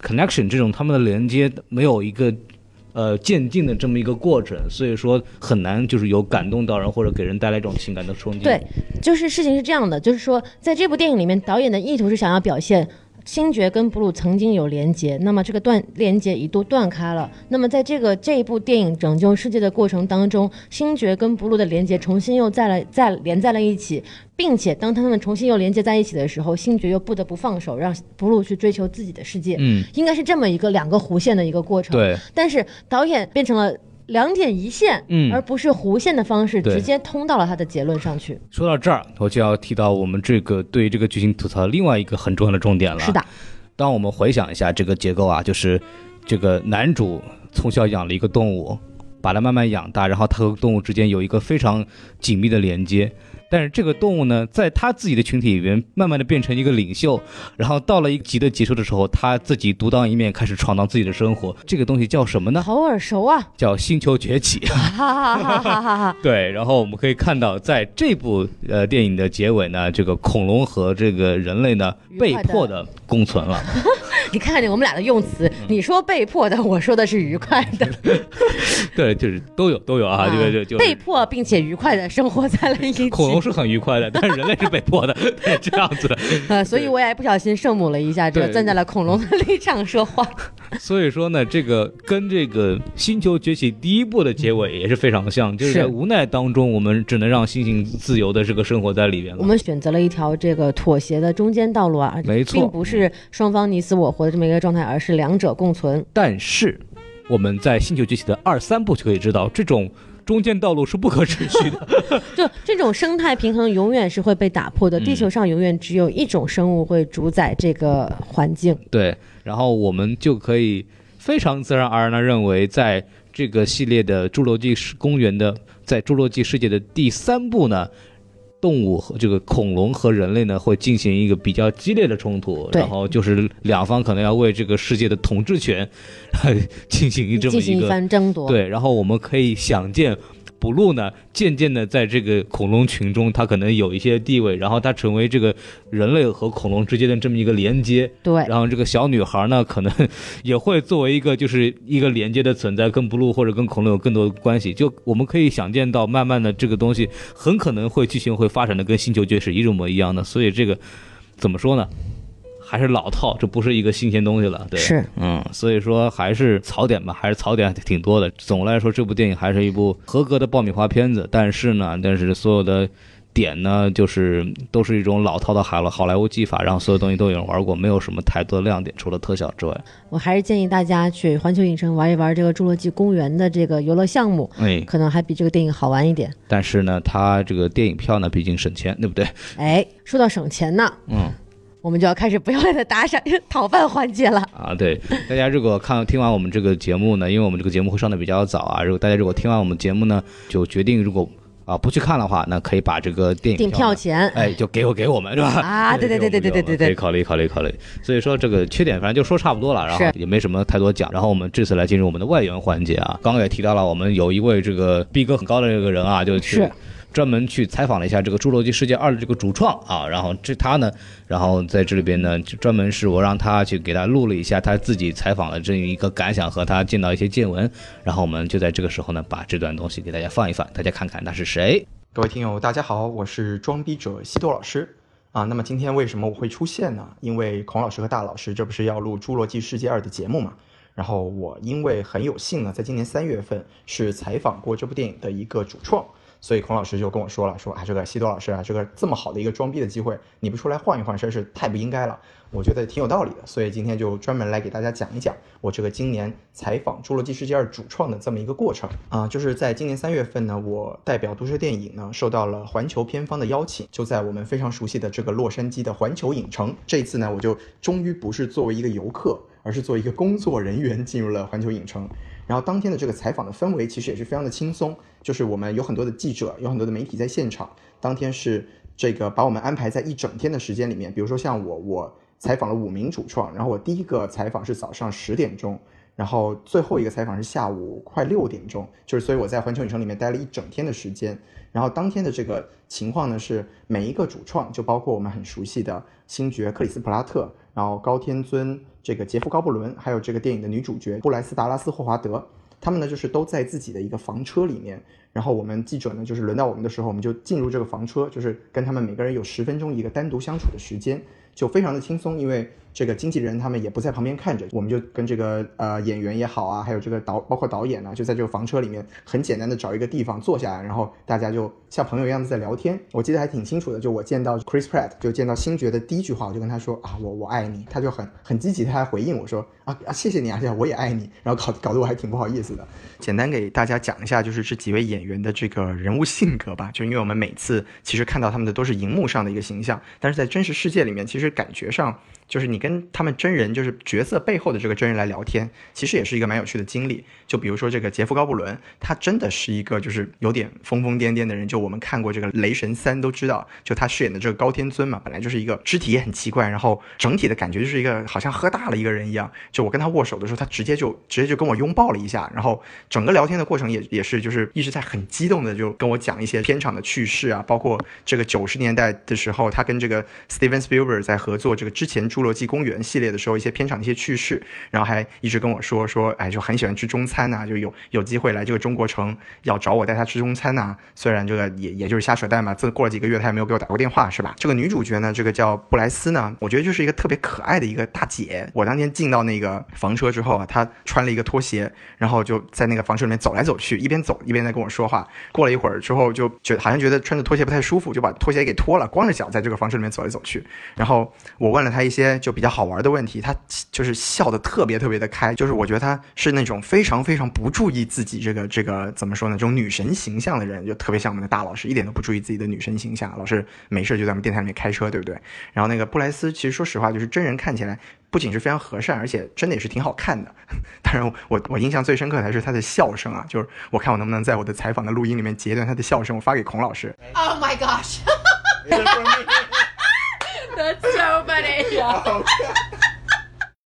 S2: connection 这种他们的连接没有一个呃渐进的这么一个过程，所以说很难就是有感动到人或者给人带来一种情感的冲击。
S3: 对，就是事情是这样的，就是说，在这部电影里面，导演的意图是想要表现星爵跟布鲁曾经有连结，那么这个断连结一度断开了。那么在这个这一部电影拯救世界的过程当中，星爵跟布鲁的连结重新又再来再连在了一起，并且当他们重新又连接在一起的时候，星爵又不得不放手，让布鲁去追求自己的世界。
S2: 嗯，
S3: 应该是这么一个两个弧线的一个过程。
S2: 对，
S3: 但是导演变成了两点一线，
S2: 嗯
S3: 而不是弧线的方式，
S2: 对
S3: 直接通到了他的结论上去。
S2: 说到这儿，我就要提到我们这个对这个剧情吐槽另外一个很重要的重点了。
S3: 是的，
S2: 当我们回想一下这个结构啊，就是这个男主从小养了一个动物，把它慢慢养大，然后他和动物之间有一个非常紧密的连接。但是这个动物呢，在他自己的群体里面，慢慢的变成一个领袖，然后到了一集的结束的时候，他自己独当一面，开始闯荡自己的生活。这个东西叫什么 呢？
S3: 好耳熟 啊！
S2: 叫星球崛起。
S3: 哈哈哈哈哈哈！
S2: 对，然后我们可以看到，在这部呃电影的结尾呢，这个恐龙和这个人类呢
S3: 愉
S2: 被
S3: 快地
S2: 迫的共存了。
S3: 你看看我们俩的用词，
S2: 嗯
S3: 你说被迫的，我说的是愉快的
S2: 对，就是都有都有 啊，这个就就
S3: 被
S2: 是
S3: 迫并且愉快的生活在了一起。
S2: 恐龙是很愉 快的，但是人类是被迫的， 对，这样子的。
S3: 呃，所以我也不小心圣母了一下，这
S2: 对
S3: 站在了恐龙的立场说 话。
S2: 所以说呢，这个跟这个《星球崛起》第一部的结尾也是非常像，就是
S3: 是
S2: 在无奈当中，我们只能让猩猩自由的这个生活在里边
S3: 我
S2: 了。
S3: 们选择了一条这个妥协的中间道路啊，
S2: 没错
S3: 并不是双方你死我活的这么一个状态，而是两者共存。
S2: 但是我们在《星球崛起》的二三部就可以知道，这种中间道路是不可持续的。
S3: 就这种生态平衡永远是会被打破的，地
S2: 嗯
S3: 球上永远只有一种生物会主宰这个环境。
S2: 对，然后我们就可以非常自然而然的认为，在这个系列的《侏罗纪世公园》的，在《侏罗纪世界》的第三部呢，动物和这个恐龙和人类呢会进行一个比较激烈的冲突，
S3: 对
S2: 然后就是两方可能要为这个世界的统治权呃进行这么
S3: 进行
S2: 一
S3: 一
S2: 个
S3: 番争夺，
S2: 对，然后我们可以想见。补录呢，渐渐的在这个恐龙群中，它可能有一些地位，然后它成为这个人类和恐龙之间的这么一个连接，
S3: 对
S2: 然后这个小女孩呢，可能 也会作为一个就是一个连接的存在，跟 Blue 或者跟恐龙有更多的关系。就我们可以想见到，慢慢的这个东西很可能会剧情会发展的跟《星球崛起》一模一样的。所以这个怎么说呢？还是老套，这不是一个新鲜东西了。对，
S3: 是
S2: 嗯，所以说还是槽点吧，还是槽点挺多的。总的来说，这部电影还是一部合格的爆米花片子，但是呢，但是所有的。点呢，就是都是一种老套的好了好莱坞技法，然后所有东西都有人玩过，没有什么太多的亮点，除了特效之外。
S3: 我还是建议大家去环球影城玩一玩这个《侏罗纪公园》的这个游乐项目，
S2: 哎，
S3: 可能还比这个电影好玩一点。
S2: 但是呢，它这个电影票呢，毕竟省钱，对不对？
S3: 哎，说到省钱呢，
S2: 嗯，
S3: 我们就要开始不要脸的打赏 讨饭环节了。
S2: 啊，对，大家如果看听完我们这个节目呢，因为我们这个节目会上的比较早啊，如果大家如果听完我们节目呢，就决定如果啊不去看的话，那可以把这个电
S3: 订
S2: 影票
S3: 票
S2: 呢
S3: 钱，
S2: 哎，就给我给我们是吧？
S3: 啊对对对对对对对对
S2: 可以考虑考虑考虑。所以说这个缺点反正就说差不多了，然后
S3: 是
S2: 也没什么太多讲。然后我们这次来进入我们的外援环节啊，刚刚也提到了，我们有一位这个逼格很高的这个人啊，就去
S3: 是
S2: 专门去采访了一下这个《侏罗纪世界二》的这个主创啊，然后这他呢，然后在这里边呢，就专门是我让他去给他录了一下他自己采访的这一个感想和他见到一些见闻，然后我们就在这个时候呢，把这段东西给大家放一放，大家看看他是谁。
S6: 各位听友，大家好，我是装逼者西多老师啊。那么今天为什么我会出现呢？因为孔老师和大老师这不是要录《侏罗纪世界二》的节目嘛。然后我因为很有幸呢，在今年三月份是采访过这部电影的一个主创，所以孔老师就跟我说了，说啊，这个西多老师啊，这个这么好的一个装逼的机会，你不出来晃一晃，真是太不应该了。我觉得挺有道理的，所以今天就专门来给大家讲一讲我这个今年采访《侏罗纪世界二》主创的这么一个过程啊，就是在今年三月份呢，我代表都市电影呢受到了环球片方的邀请，就在我们非常熟悉的这个洛杉矶的环球影城。这一次呢，我就终于不是作为一个游客，而是作为一个工作人员进入了环球影城。然后当天的这个采访的氛围其实也是非常的轻松，就是我们有很多的记者，有很多的媒体在现场。当天是这个把我们安排在一整天的时间里面，比如说像我，我采访了五名主创，然后我第一个采访是早上十点钟，然后最后一个采访是下午快六点钟，就是所以我在环球影城里面待了一整天的时间。然后当天的这个情况呢是每一个主创，就包括我们很熟悉的星爵克里斯普拉特，然后高天尊这个杰夫高布伦，还有这个电影的女主角布莱斯达拉斯霍华德，他们呢就是都在自己的一个房车里面，然后我们记者呢，就是轮到我们的时候，我们就进入这个房车，就是跟他们每个人有十分钟一个单独相处的时间，就非常的轻松，因为这个经纪人他们也不在旁边看着，我们就跟这个呃演员也好啊，还有这个导包括导演呢、就在这个房车里面很简单的找一个地方坐下来，然后大家就像朋友一样的在聊天。我记得还挺清楚的，就我见到 Chris Pratt，就见到星爵的第一句话，我就跟他说啊，我我爱你，他就很很积极，他还回应我说啊啊谢谢你啊，谢谢我也爱你，然后搞搞得我还挺不好意思的。简单给大家讲一下，就是这几位演员的这个人物性格吧。就因为我们每次其实看到他们的都是荧幕上的一个形象，但是在真实世界里面，其实感觉上就是你跟他们真人，就是角色背后的这个真人来聊天，其实也是一个蛮有趣的经历。就比如说这个杰夫·高布伦，他真的是一个就是有点疯疯癫癫的人。就我们看过这个《雷神三》都知道，就他饰演的这个高天尊嘛，本来就是一个肢体也很奇怪，然后整体的感觉就是一个好像喝大了一个人一样。就我跟他握手的时候，他直接就直接就跟我拥抱了一下，然后整个聊天的过程也也是就是一直在很激动的就跟我讲一些片场的趣事啊，包括这个九十年代的时候，他跟这个 Steven Spielberg 在合作这个之前《侏罗纪公园》系列的时候一些片场的一些趣事，然后还一直跟我说说，哎，就很喜欢吃中餐呐、就有有机会来这个中国城要找我带他吃中餐呐、虽然这个也也就是瞎扯淡吧，这过了几个月他也没有给我打过电话，是吧？这个女主角呢，这个叫布莱斯呢，我觉得就是一个特别可爱的一个大姐。我当天进到那个房车之后啊，她穿了一个拖鞋，然后就在那个房车里面走来走去，一边走一边在跟我说话。过了一会儿之后，就觉好像觉得穿着拖鞋不太舒服，就把拖鞋给脱了，光着脚在这个房车里面走来走去。然后我问了他一些就比较好玩的问题，他就是笑得特别特别的开，就是我觉得他是那种非常非常不注意自己这个这个怎么说呢，这种女神形象的人，就特别像我们的大老师，一点都不注意自己的女神形象，老是没事就在我们电台里面开车，对不对？然后那个布莱斯，其实说实话，就是真人看起来不仅是非常和善，而且真的也 是挺好看的。当然我，我我印象最深刻的还是他的笑声啊，就是我看我能不能在我的采访的录音里面截一段他的笑声，我发给孔老师。
S7: Oh my gosh. That's so funny.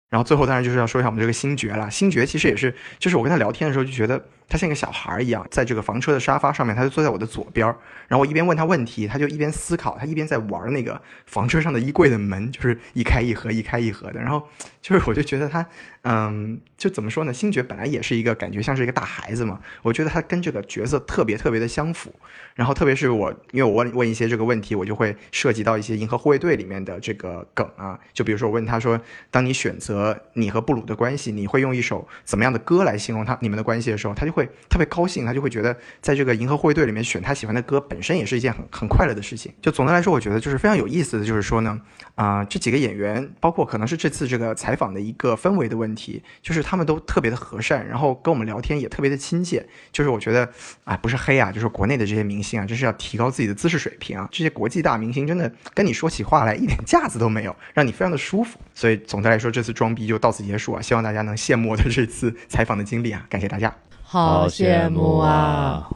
S6: 然后最后当然就是要说一下我们这个星爵了。星爵其实也是，就是我跟他聊天的时候就觉得他像一个小孩一样，在这个房车的沙发上面，他就坐在我的左边儿。然后我一边问他问题，他就一边思考，他一边在玩那个房车上的衣柜的门，就是一开一合，一开一合的。然后就是我就觉得他，嗯，就怎么说呢？星爵本来也是一个感觉像是一个大孩子嘛，我觉得他跟这个角色特别特别的相符。然后特别是我，因为我问问一些这个问题，我就会涉及到一些《银河护卫队》里面的这个梗啊，就比如说我问他说，当你选择你和布鲁的关系，你会用一首怎么样的歌来形容他你们的关系的时候，他就会特别高兴，他就会觉得在这个《银河护卫队》里面选他喜欢的歌本身也是一件很很快乐的事情。就总的来说，我觉得就是非常有意思的，就是说呢，啊、这几个演员，包括可能是这次这个采访的一个氛围的问题，就是他们都特别的和善，然后跟我们聊天也特别的亲切。就是我觉得，啊，不是黑啊，就是国内的这些明星啊，真是要提高自己的姿势水平啊。这些国际大明星真的跟你说起话来一点架子都没有，让你非常的舒服。所以总的来说，这次装逼就到此结束啊。希望大家能羡慕我的这次采访的经历啊，感谢大家。
S8: 好羡慕啊！！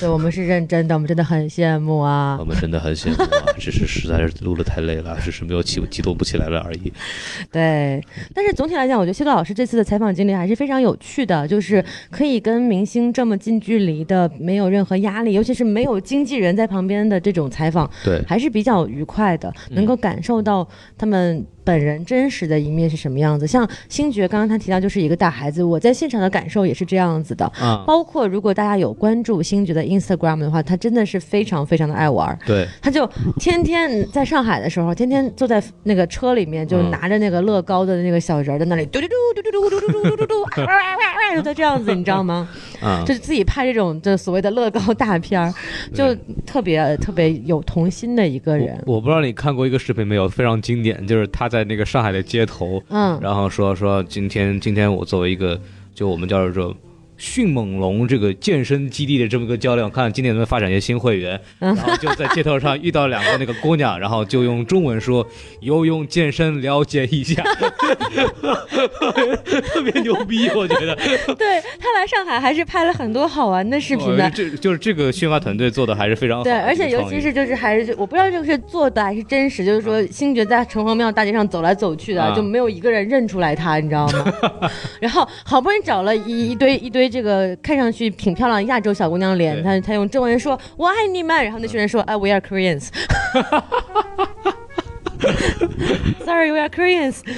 S3: 对我们是认真的，我们真的很羡慕 啊
S2: 我。们真的很羡慕啊，只是实在是录的太累了，只是没有起激动不起来了而已。
S3: 对，但是总体来讲，我觉得谢豆老师这次的采访经历还是非常有趣的，就是可以跟明星这么近距离的，没有任何压力，尤其是没有经纪人在旁边的这种采访，
S2: 对，
S3: 还是比较愉快的，能够感受到他们本人真实的一面是什么样子。像星爵刚刚他提到就是一个大孩子，我在现场的感受也是这样子的。
S2: 啊，
S3: 包括如果大家有关注星爵的 Instagram 的话，他真的是非常非常的爱玩儿。
S2: 对，
S3: 他就天天在上海的时候，天天坐在那个车里面，就
S2: 嗯
S3: 拿着那个乐高的那个小人儿在那里嘟嘟嘟嘟嘟嘟嘟嘟嘟嘟嘟，啊哇哇哇哇，就这样子，你知道吗？
S2: 啊，
S3: 就是自己拍这种就所谓的乐高大片儿，就
S2: 对
S3: 特别特别有童心的一个人。
S9: 我我不知道你看过一个视频没有，非常经典，就是他在那个上海的街头，
S3: 嗯，
S2: 然后说说今天今天我作为一个就我们叫做迅猛龙这个健身基地的这么一个教练，我看今年能不能发展一些新会员，然后就在街头上遇到两个那个姑娘，然后就用中文说游泳健身了解一下， 特别牛逼，我觉得。
S3: 对他来上海还是拍了很多好玩的视频的
S2: 哦。这就是这个宣发团队做的还是非常好的
S3: 对，
S2: 一个
S3: 而且尤
S2: 创意嗯
S3: 其是就是还是就我不知道这个是做的还是真实，就是说星爵在城隍庙大街上走来走去的，
S2: 啊
S3: 就没有一个人认出来他，你知道吗？ 然后好不容易找了一一堆一堆这个看上去挺漂亮的亚洲小姑娘脸，
S2: 对
S3: 他他用中文说“我爱你们”，然后那群人说“啊，we are Koreans”。Sorry, we are Koreans。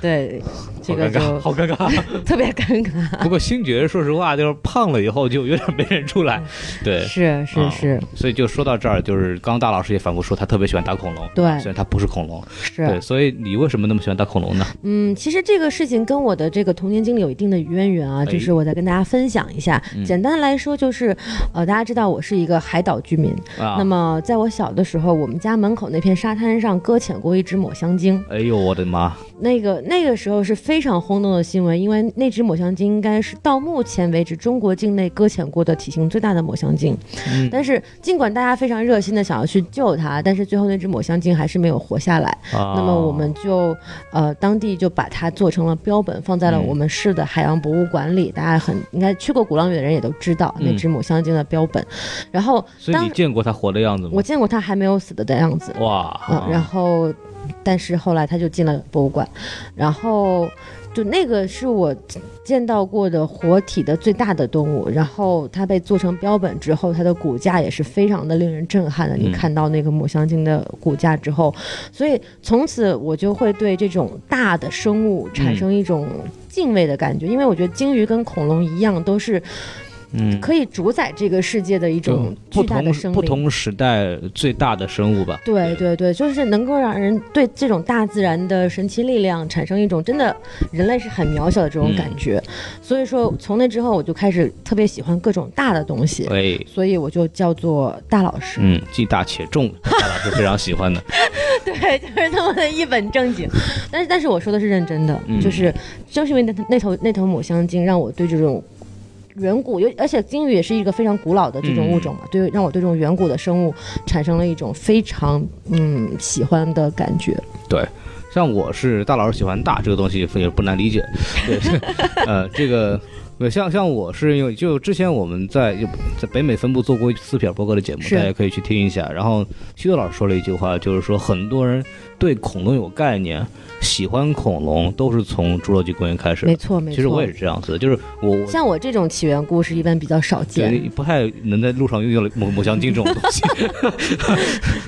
S10: 对，这
S2: 好
S10: 个
S2: 尴尬，
S10: 就
S2: 好尴尬。
S10: 特别尴尬。
S2: 不过星爵，说实话，就是胖了以后就有点没认出 来，对。
S10: 是是
S2: 嗯
S10: 是
S2: 所以就说到这儿，就是刚刚大老师也反复说，他特别喜欢打恐龙，
S10: 对
S2: 虽然他不是恐龙，对，
S10: 是，
S2: 所以你为什么那么喜欢打恐龙呢？
S3: 嗯，其实这个事情跟我的这个童年经历有一定的渊源啊，
S2: 哎
S3: 就是我再跟大家分享一下。
S2: 嗯
S3: 简单来说就是，呃，大家知道我是一个海岛居民，
S2: 啊，
S3: 那，么在我小的时候，我们家门口那片沙滩上搁浅过一只抹香鲸。
S2: 哎呦我 的妈，
S3: 那个那个时候是非常轰动的新闻，因为那只抹香鲸应该是到目前为止中国境内搁浅过的体型最大的抹香鲸。
S2: 嗯
S3: 但是尽管大家非常热心的想要去救它，但是最后那只抹香鲸还是没有活下来。
S2: 啊
S3: 那么我们就呃当地就把它做成了标本，放在了我们市的海洋博物馆里。大家很应该去过鼓浪屿的人也都知道那
S2: 嗯
S3: 只抹香鲸的标本。然后
S2: 所以
S3: 当
S2: 你见过他活的样子吗
S3: 我？见过它还没有死的样子，
S2: 哇，
S3: 嗯，然后，但是后来他就进了博物馆，然后就那个是我见到过的活体的最大的动物，然后它被做成标本之后，它的骨架也是非常的令人震撼的。你
S2: 嗯
S3: 看到那个抹香鲸的骨架之后，所以从此我就会对这种大的生
S2: 嗯
S3: 物产生一种敬畏的感觉，因为我觉得鲸鱼跟恐龙一样，都是
S2: 嗯，
S3: 可以主宰这个世界的一种
S2: 不
S3: 巨大的
S2: 同
S3: 生
S2: 不
S3: 灵。
S2: 同时代最大的生物吧，
S3: 对对对，就是能够让人对这种大自然的神奇力量产生一种真的人类是很渺小的这
S2: 嗯
S3: 种感觉，所以说从那之后我就开始特别喜欢各种大的东西，
S2: 哎，
S3: 所以我就叫做大老师，
S2: 嗯，既大且重， 大老师非常喜欢的，
S3: 对， 就是那么的一本正经。但是但是我说的是认真的，
S2: 嗯
S3: 就是就是因为那头那头那头抹香鲸让我对这种。远古，尤而且鲸鱼也是一个非常古老的这种物种
S2: 嗯
S3: 嘛，对，让我对这种远古的生物产生了一种非常嗯喜欢的感觉。
S2: 像我是大老师喜欢大这个东西也不难理解，对， 呃，这个。呃像像我是因为就之前我们在就在北美分部做过斯皮尔伯格的节目，
S3: 是
S2: 大家可以去听一下。然后西多老师说了一句话，就是说很多人对恐龙有概念，喜欢恐龙都是从侏罗纪公园开始
S3: 没
S2: 的。
S3: 错，没错。
S2: 其实我也是这样子，就是我我
S3: 像我这种起源故事一般比较少见。
S2: 对，不太能在路上用到抹抹香鲸这种东西。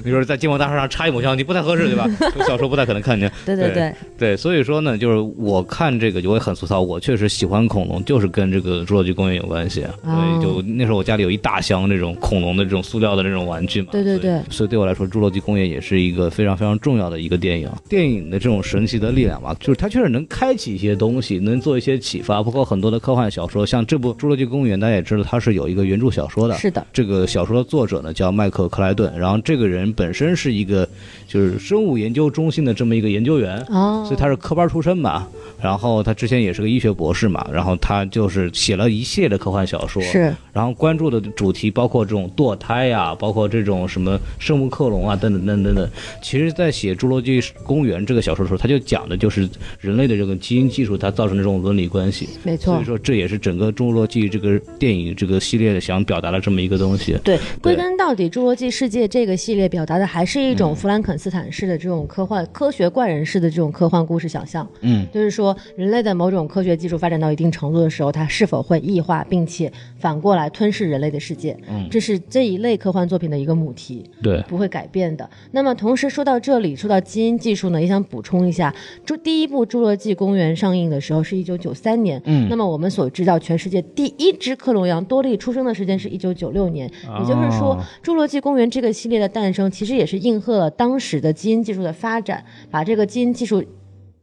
S2: 你说在金黄大厦上插一抹香鲸不太合适，对吧？小时候不太可能看见。
S3: 对对
S2: 对
S3: 对，
S2: 对，所以说呢，就是我看这个我也很粗糙，我确实喜欢恐龙，就是跟这个侏罗纪公园有关系。啊
S3: 哦
S2: 对，就那时候我家里有一大箱那种恐龙的这种塑料的那种玩具嘛。
S3: 对对
S2: 所以
S3: 对
S2: 所以对我来说，《侏罗纪公园》也是一个非常非常重要的一个电影。电影的这种神奇的力量吧，就是它确实能开启一些东西，能做一些启发。包括很多的科幻小说，像这部《侏罗纪公园》，大家也知道它是有一个原著小说的。
S3: 是的，
S2: 这个小说的作者呢叫迈克尔·克莱顿，然后这个人本身是一个就是生物研究中心的这么一个研究员，
S3: 哦，
S2: 所以他是科班出身嘛，然后他之前也是个医学博士嘛，然后他就是写了一系列的科幻小说，
S3: 是
S2: 然后关注的主题包括这种堕胎呀、包括这种什么生物克隆啊，等等等等等。其实，在写《侏罗纪公园》这个小说的时候，他就讲的就是人类的这个基因技术它造成的这种伦理关系，
S3: 没
S2: 所
S3: 错
S2: 以。说这也是整个《侏罗纪》这个电影这个系列想表达的这么一个东西。
S3: 对，归根到底，《侏罗纪世界》这个系列表达的还是一
S2: 嗯
S3: 种弗兰肯斯坦式的这种科幻、科学怪人式的这种科幻故事想象。
S11: 嗯，
S3: 就是说，人类的某种科学技术发展到一定程度的时候，它是否会异化，并且反过来吞噬人类的世界？嗯，这是这一类科幻作品的一个母题。
S2: 对，
S3: 不会改变的。那么同时说到这里，说到基因技术呢，也想补充一下，就第一部《侏罗纪公园》上映的时候是一九九三年，嗯，那么我们所知道，全世界第一只克隆羊多利出生的时间是一九九六年，也就是说，《侏罗纪公园》这个系列的诞生，其实也是应和了当时的基因技术的发展，把这个基因技术。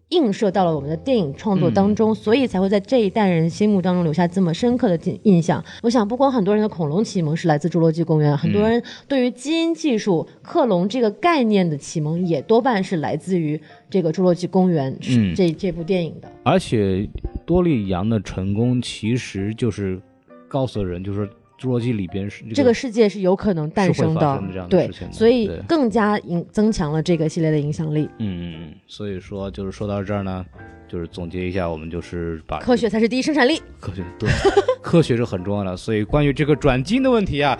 S3: 映射到了我们的电影创作当
S2: 嗯
S3: 中，所以才会在这一代人心目当中留下这么深刻的印印象。我想，不光很多人的恐龙启蒙是来自《侏罗纪公园》，
S2: 嗯
S3: 很多人对于基因技术克隆这个概念的启蒙，也多半是来自于这个《侏罗纪公园》
S2: 嗯
S3: 这这部电影的。
S2: 而且多利羊的成功其实就是告诉人，就是说《侏罗纪》里边是
S3: 这个世界是有可能诞生
S2: 是会发生这样的
S3: 对
S2: 事情，的
S3: 所以
S2: 对
S3: 更加影增强了这个系列的影响力。
S2: 嗯，嗯，所以说就是说到这儿呢，就是总结一下，我们就是把
S3: 科学才是第一生产力。
S2: 科学对科学是很重要的，所以关于这个转基因的问题啊，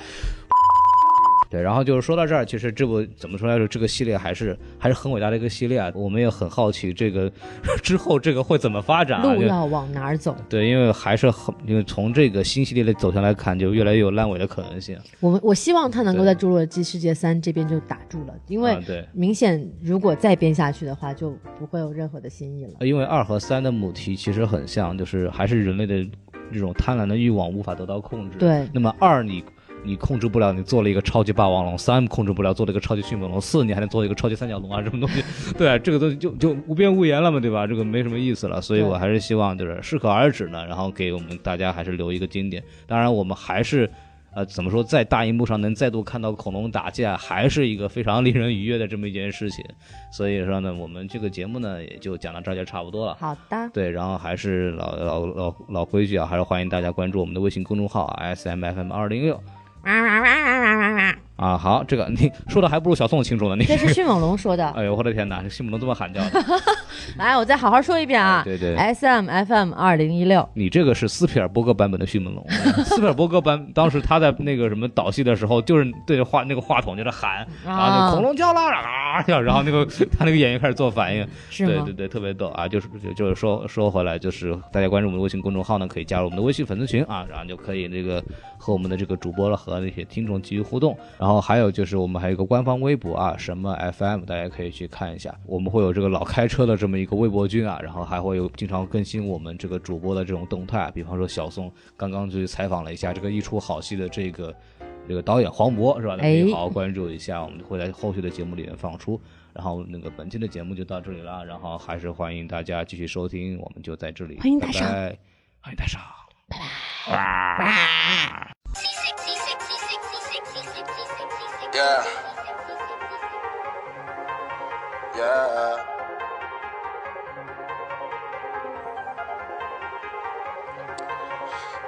S2: 对，然后就是说到这儿，其实这部怎么说来说，这个系列还是还是很伟大的一个系列啊。我们也很好奇这个 之后这个会怎么发展、啊。
S1: 路
S2: 就
S1: 要往哪儿走？
S2: 对，因为还是很，因为从这个新系列的走向来看，就越来越有烂尾的可能性。
S1: 我们我希望他能够
S2: 对
S1: 在《侏罗纪世界三》这边就打住了，因为
S2: 啊、对，
S1: 明显如果再编下去的话，就不会有任何的新意了。
S2: 因为二和三的母题其实很像，就是还是人类的这种贪婪的欲望无法得到控制。，
S3: 嗯
S1: 对，
S2: 那么二你你控制不了，你做了一个超级霸王龙；三控制不了，做了一个超级迅猛龙；四你还能做一个超级三角龙啊，什么东西？对啊，这个东西就就无边无沿了嘛，对吧？这个没什么意思了，所以
S1: 对
S2: 我还是希望就是适可而止呢，然后给我们大家还是留一个经典。当然，我们还是。呃，怎么说，在大荧幕上能再度看到恐龙打架，还是一个非常令人愉悦的这么一件事情。所以说呢，我们这个节目呢，也就讲到这儿就差不多了。
S1: 好的，
S2: 对，然后还是老老老老规矩啊，还是欢迎大家关注我们的微信公众号啊 S M F M 二零六啊。好，这个你说的还不如小宋清楚呢。你
S1: 这是迅猛龙说 的。
S2: 哎呦，我的天哪，这信不能这么喊叫的。
S1: 来，我再好好说一遍啊。
S2: 对对，
S1: S M F M 二零一六，
S2: 你这个是斯皮尔伯格版本的迅猛龙。斯皮尔伯格版当时他在那个什么导戏的时候，就是对着话那个话筒就在喊，然后就恐龙叫啦啊，然后那个他那个演员开始做反应。
S1: 是
S2: 对
S1: 吗
S2: 对？对，特别逗啊！就是就就是说说回来，就是大家关注我们的微信公众号呢，可以加入我们的微信粉丝群啊，然后就可以这个和我们的这个主播了和那些听众给予互动。然后还有就是我们还有一个官方微博啊，什么 FM，大家可以去看一下。我们会有这个老开车的这么一个微博君啊，然后还会有经常更新我们这个主播的这种动态啊，比方说小宋刚刚去采访了一下这个一出好戏的这个。这个导演黄渤是吧？大家可以
S1: 哎
S2: 好好关注一下，我们会在后续的节目里面放出。然后那个本期的节目就到这里了，然后还是欢迎大家继续收听，我们就在这里，
S1: 欢迎
S2: 拜
S1: 打赏
S2: 拜，欢迎打赏。
S12: Yeah. Yeah.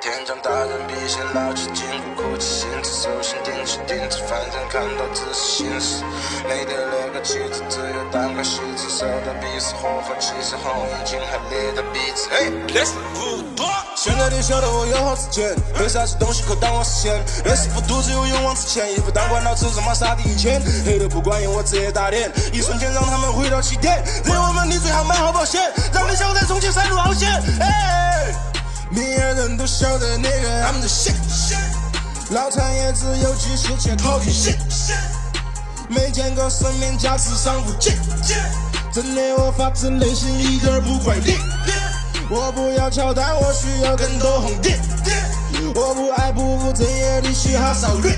S12: 天长大人必先老去，禁锢哭泣，心智首先定制定制，反正看到只是心事。没得那个气质，只有单个细致，守到彼此红和气势红，已经还裂到彼此。哎，Let's move on。现在你晓得我有好之前，没啥子东西可当我实现。那是糊涂，只有勇往直前，一不当官老子他妈杀敌一千，黑的不管用，我直接打脸，一瞬间让他们回到起点。对我们你最好买好保险，让你想在从前山路翱翔。哎。明眼人都晓得那个 I'm the shit，脑残也只有几十钱 talking shit，没见过生命价值上无尽，真的我发自内心一点儿不怪你，我不要乔丹，我需要更多红点，我不爱不务正业的嘻哈少女，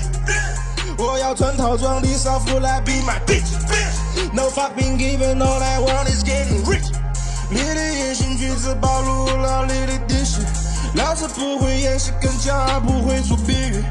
S12: 我要穿套装的少妇来 be my bitch。No fucking giving, all I want is getting rich。你的言行举止暴露了你的底细，老子不会掩饰，更加不会做比喻。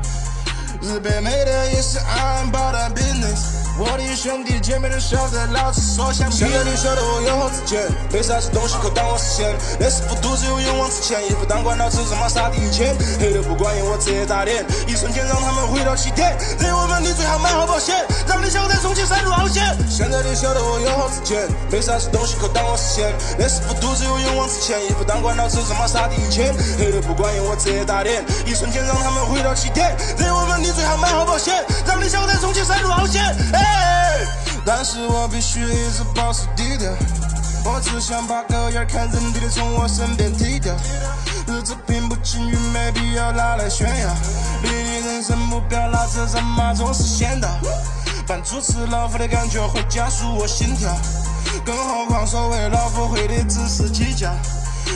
S12: 日本妹的也是 I'm about that business。我的兄弟姐妹都晓得，老子说想现在你晓得我有何之见，没啥子东西可当我实现。那是糊涂，只有勇往直前，一不当官，老子他妈杀敌一千，黑的不管用，我直接打脸。一瞬间让他们回到起点，对我们你最好买好保险，让你想在重庆山路翱翔。现在你晓得我有何之见，没啥子东西可当我实现。那是糊涂，只有勇往直前，一不当官，老子他妈杀敌一千，黑的不管用，我直接打脸。一瞬间让他们回到起点，对我们你最好买好保险，让你想在重庆山路翱翔。哎，但是我必须一直保持低调。我只想把狗眼看人低的从我身边踢掉，日子拼不均匀没必要拿来炫耀。你的人生目标，老子他妈总是先到，扮猪吃老虎的感觉会加速我心跳，更何况所谓老虎会的只是计较。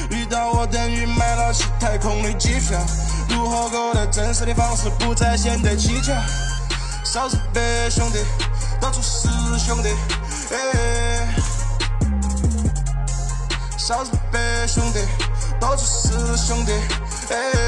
S12: 遇到我等于买了去太空的机票，如何过得真实的方式不再显得蹊跷。少是白兄弟，到处是兄弟，哎。少是白兄弟，到处是兄弟，哎。